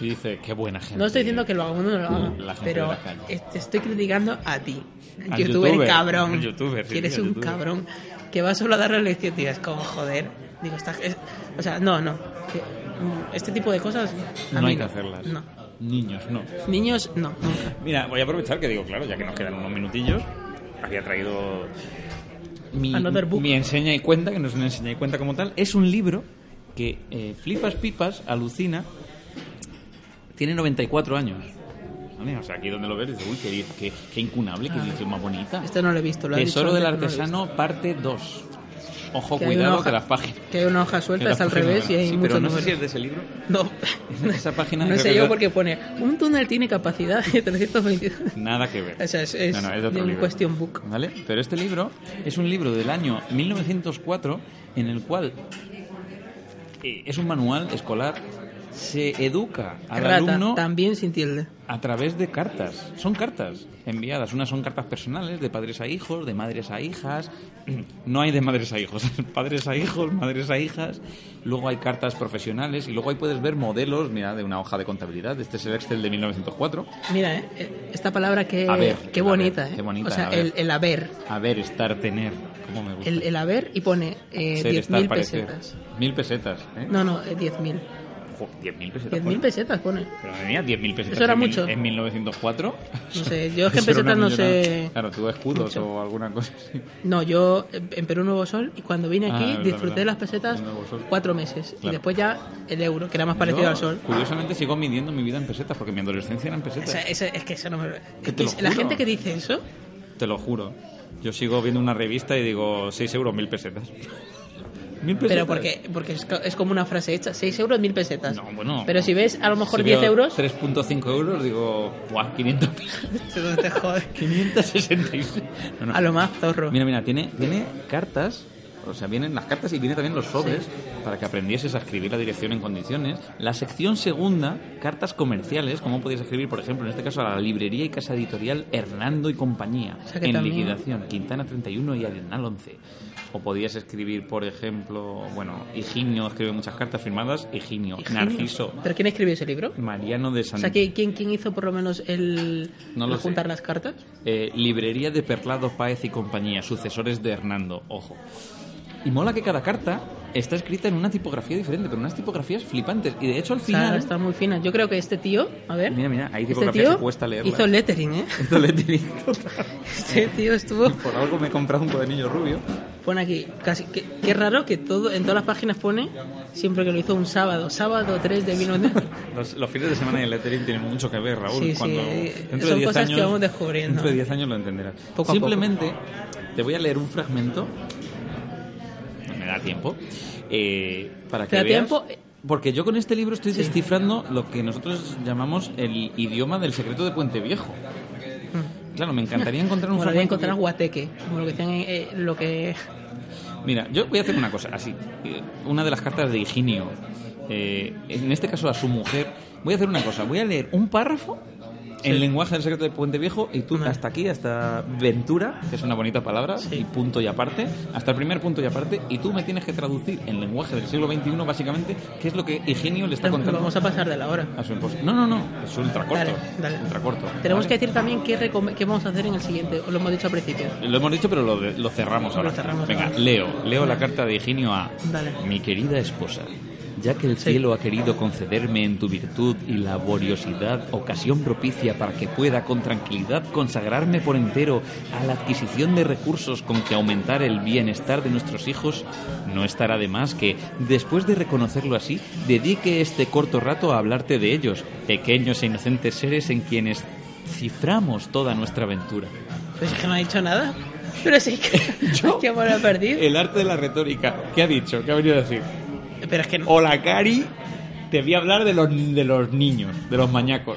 Y dice, qué buena gente.
No estoy diciendo que el vagabundo no lo haga,
La gente de
pero
la calle.
es- te estoy criticando a ti,
Al
youtuber,
youtuber,
cabrón.
al youtuber, sí,
que eres
al
un
youtuber.
cabrón que va solo a dar lecciones, como joder. Digo, esta- es- o sea, no, no. que, mm, este tipo de cosas a
No
mí
hay que hacerlas.
No.
Niños, no.
Niños, no, nunca.
Mira, voy a aprovechar que digo, claro, ya que nos quedan unos minutillos, había traído mi,
Another book.
mi enseña y cuenta, que no es una enseña y cuenta como tal, es un libro que eh, flipas pipas, alucina, tiene 94 años. ¿Vale? O sea, aquí donde lo ves, dices, uy, qué, qué, qué incunable,
Ah.
qué edición más bonita.
Este no lo he visto, lo ha
Tesoro
dicho
del
antes, no lo he
Artesano, parte 2. Ojo,
Que hay una
cuidado
hoja-
que las páginas.
Que hay una hoja suelta,
que
está al
las páginas-
revés y hay
sí,
muchos
pero no sé
números.
si es de ese libro.
No.
Esa página
no
creo
sé
que
yo
es-
porque pone un túnel tiene capacidad de 322.
Nada que ver.
O sea, es- es
de otro
de un
libro.
question book.
¿Vale? Pero este libro es un libro del año 1904 en el cual eh, es un manual escolar. Se educa al
Rata,
alumno
también sin tilde.
a través de cartas. Son cartas enviadas. Unas son cartas personales, de padres a hijos, de madres a hijas. No hay de madres a hijos. padres a hijos, madres a hijas. Luego hay cartas profesionales y luego ahí puedes ver modelos, mira, de una hoja de contabilidad. Este es el Excel de 1904.
Mira, eh, eh, esta palabra que
Haber,
qué
el
bonita,
haber,
eh.
qué bonita,
o sea,
el haber.
el, el haber,
A ver, estar, tener. ¿Cómo me gusta?
el, el haber y pone eh,
Ser, estar,
10.000
parecer.
pesetas.
Mil pesetas, ¿eh?
No, no, eh, 10.000.
Jo, 10.000 pesetas.
10.000
joder.
pesetas pone.
Pero madre mía, 10.000 pesetas.
Eso era
en mil-
mucho.
En 1904.
No sé, yo es que en
Eso era una
pesetas no
millonada.
sé.
Claro, tú escudos
mucho.
o alguna cosa así.
No, yo eh, en Perú Nuevo Sol y cuando vine
Ah,
aquí
verdad,
disfruté
verdad.
de las pesetas
Nuevo Sol.
cuatro meses y
Claro.
después ya el euro, que era más parecido
Yo,
al sol.
Curiosamente sigo midiendo mi vida en pesetas, porque mi adolescencia eran
O
pesetas.
sea, eso- es que eso no me...
Que te lo
La
juro.
gente que dice eso,
Te lo juro. Yo sigo viendo una revista y digo 6 euros, 1.000 pesetas. 1.000 pesetas.
pero porque, porque es, co- es como una frase hecha, 6 euros, 1000 pesetas.
No, bueno.
pero si ves a lo mejor
Si
10
veo
euros,
3.5 euros, digo, ¡buah! 500 pesetas.
entonces te jode.
566. No, no.
A lo más zorro.
Mira, mira, tiene, tiene cartas, o sea, vienen las cartas y vienen también los sobres para que aprendieses a escribir la dirección en condiciones. La sección segunda, cartas comerciales, cómo podías escribir, por ejemplo, en este caso a la librería y casa editorial Hernando y compañía,
O sea que
en
también-
liquidación, Quintana 31 y Arenal 11. O podías escribir, por ejemplo, bueno, Higinio escribe muchas cartas firmadas, Higinio, Narciso,
¿Pero quién escribió ese libro?
Mariano de San...
O sea, ¿qui- ¿quién, quién hizo por lo menos el,
No
el
lo sé.
juntar las cartas?
Eh, librería de Perlado, Páez y compañía, sucesores de Hernando, ojo. Y mola que cada carta está escrita en una tipografía diferente, pero unas tipografías flipantes. Y de hecho al
O sea,
final...
está muy fina. Yo creo que este tío, a ver,
Mira, mira, hay
este
tipografías
tío
que cuesta leerlas.
hizo lettering, ¿eh?
Esto le he tenido.
Este tío estuvo...
Por algo me he comprado un cuadernillo rubio.
Pone aquí, casi, que- qué raro que todo en todas las páginas pone siempre que lo hizo un sábado, sábado 3 de 1900.
Los, los fines de semana y el lettering tienen mucho que ver, Raúl.
Sí, sí,
cuando,
eh,
dentro de
son
10
cosas
años-
que vamos descubriendo.
Dentro de 10 años lo entenderás.
Poco a
Simplemente te voy a leer un fragmento. No Me da tiempo. eh, para que
¿Te da
veas-
tiempo?
Porque yo con este libro estoy descifrando lo que nosotros llamamos el idioma del secreto de Puente Viejo. Claro, me encantaría encontrar un
Mm. Bueno, voy a
fragmento que-
encontrar guateque, como lo que decían, eh, lo que...
Mira, yo voy a hacer una cosa, así. Eh, Una de las cartas de Higinio, eh, en este caso a su mujer, voy a hacer una cosa, voy a leer un párrafo en lenguaje del secreto de Puente Viejo y tú
Vale.
hasta aquí, hasta Ventura, que es una bonita palabra,
Sí.
y punto y aparte, hasta el primer punto y aparte, y tú me tienes que traducir en lenguaje del siglo XXI, básicamente, qué es lo que Higinio le está
Lo
contando
vamos a pasar de la hora.
a su esposa. No, no, no, es ultra corto.
Dale, dale.
Ah.
Tenemos que decir también qué, recome- qué vamos a hacer en el siguiente, os lo hemos dicho al principio.
Lo hemos dicho, pero lo, de- lo cerramos ahora.
Lo cerramos
Venga,
ahora.
leo. Leo la carta de Higinio a
Dale.
mi querida esposa. Ya que el
Sí.
cielo ha querido concederme en tu virtud y laboriosidad ocasión propicia para que pueda con tranquilidad consagrarme por entero a la adquisición de recursos con que aumentar el bienestar de nuestros hijos, no estará de más que, después de reconocerlo así, dedique este corto rato a hablarte de ellos, pequeños e inocentes seres en quienes ciframos toda nuestra aventura.
Pues es que no ha dicho nada. Pero sí que...
Yo- Eh,
¿Qué amor ha perdido?
El arte de la retórica. ¿Qué ha dicho? ¿Qué ha venido a decir?
Pero es que no.
Hola, Cari. Te voy a hablar de los, de los niños, de los mañacos.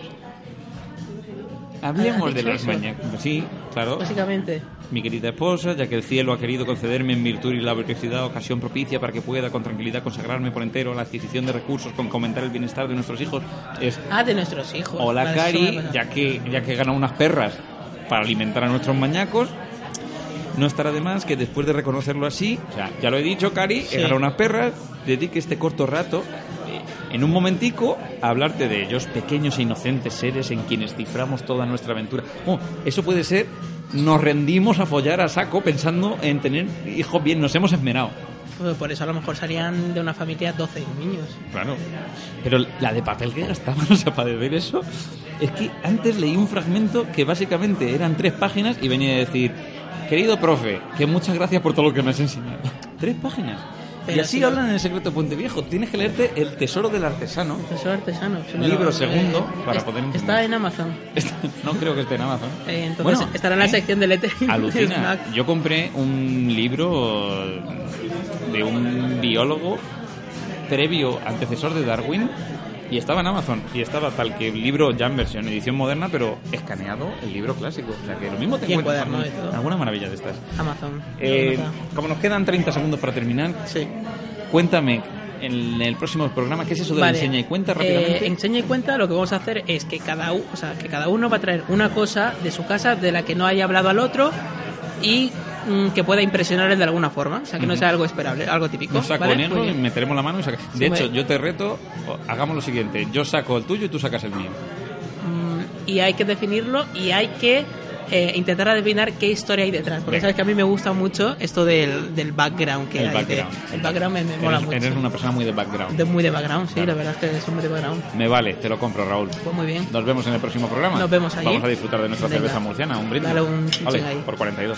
Hablemos
¿Has
de
dicho
los
eso? Pues
mañacos. Sí, claro.
Básicamente.
Mi querida esposa, ya que el cielo ha querido concederme en virtud y la laboriosidad ocasión propicia para que pueda con tranquilidad consagrarme por entero a la adquisición de recursos con comentar el bienestar de nuestros hijos, es
Ah, de nuestros hijos.
Hola
Vale, eso me
Cari,
ha pasado.
ya que, ya que ganan unas perras para alimentar a nuestros mañacos, no estará de más que después de reconocerlo así, o sea, ya lo he dicho Cari, he ganado unas perras, dedique este corto rato, eh, en un momentico, a hablarte de ellos, pequeños e inocentes seres en quienes ciframos toda nuestra aventura. Oh, eso puede ser, nos rendimos a follar a saco pensando en tener hijos bien, nos hemos esmerado.
Pues Por eso a lo mejor salían de una familia 12 niños.
Claro. Pero la de papel que gastaban, o sea, para beber eso. Es que antes leí un fragmento que básicamente eran tres páginas y venía a decir: Querido profe, que muchas gracias por todo lo que me has enseñado. Tres páginas. y
Pero
así
sí.
hablan en El Secreto de Puente Viejo. Tienes que leerte El Tesoro del Artesano.
Profesor artesano. se me
Libro
lo-
segundo, para
es-
poder
Está
entender.
en Amazon.
Este No creo que esté en Amazon.
Eh, entonces estará en la
¿eh?
sección de letra.
Alucina. Yo compré un libro de un biólogo previo antecesor de Darwin y estaba en Amazon y estaba tal que el libro ya en versión edición moderna pero escaneado el libro clásico o sea que lo mismo te
Y en
encuentras
cuaderno y
alguna-
todo.
alguna maravilla de estas
Amazon.
Eh,
Amazon.
como nos quedan 30 segundos para terminar
Sí.
cuéntame en el próximo programa qué es eso de
Vale.
enseña y cuenta
Eh,
rápidamente
enseña y cuenta lo que vamos a hacer es que cada, u- o sea, que cada uno va a traer una cosa de su casa de la que no haya hablado al otro y mm, que pueda impresionarle de alguna forma. O sea, que no
Ujú.
sea algo esperable, algo típico.
Un saco
¿vale? Pues,
negro
Muy
y
bien.
meteremos la mano y saca-
Sí,
De hecho,
vale.
yo te reto, o- hagamos lo siguiente, yo saco el tuyo y tú sacas el mío.
Mm, y hay que definirlo y hay que eh, intentar adivinar qué historia hay detrás. Porque
Venga.
sabes que a mí me gusta mucho esto del, del background que
el
hay. de-
background.
el background me, me
Eres-
mola mucho.
Eres una persona muy de background.
De- muy de background, sí,
Claro.
la verdad es que soy muy de background.
Me vale, te lo compro, Raúl.
Pues muy bien.
Nos vemos en el próximo programa.
Nos vemos allí.
Vamos a disfrutar de nuestra
Venga.
cerveza murciana. Un brindis.
Dale un chin
Ole,
chin ahí.
por 42.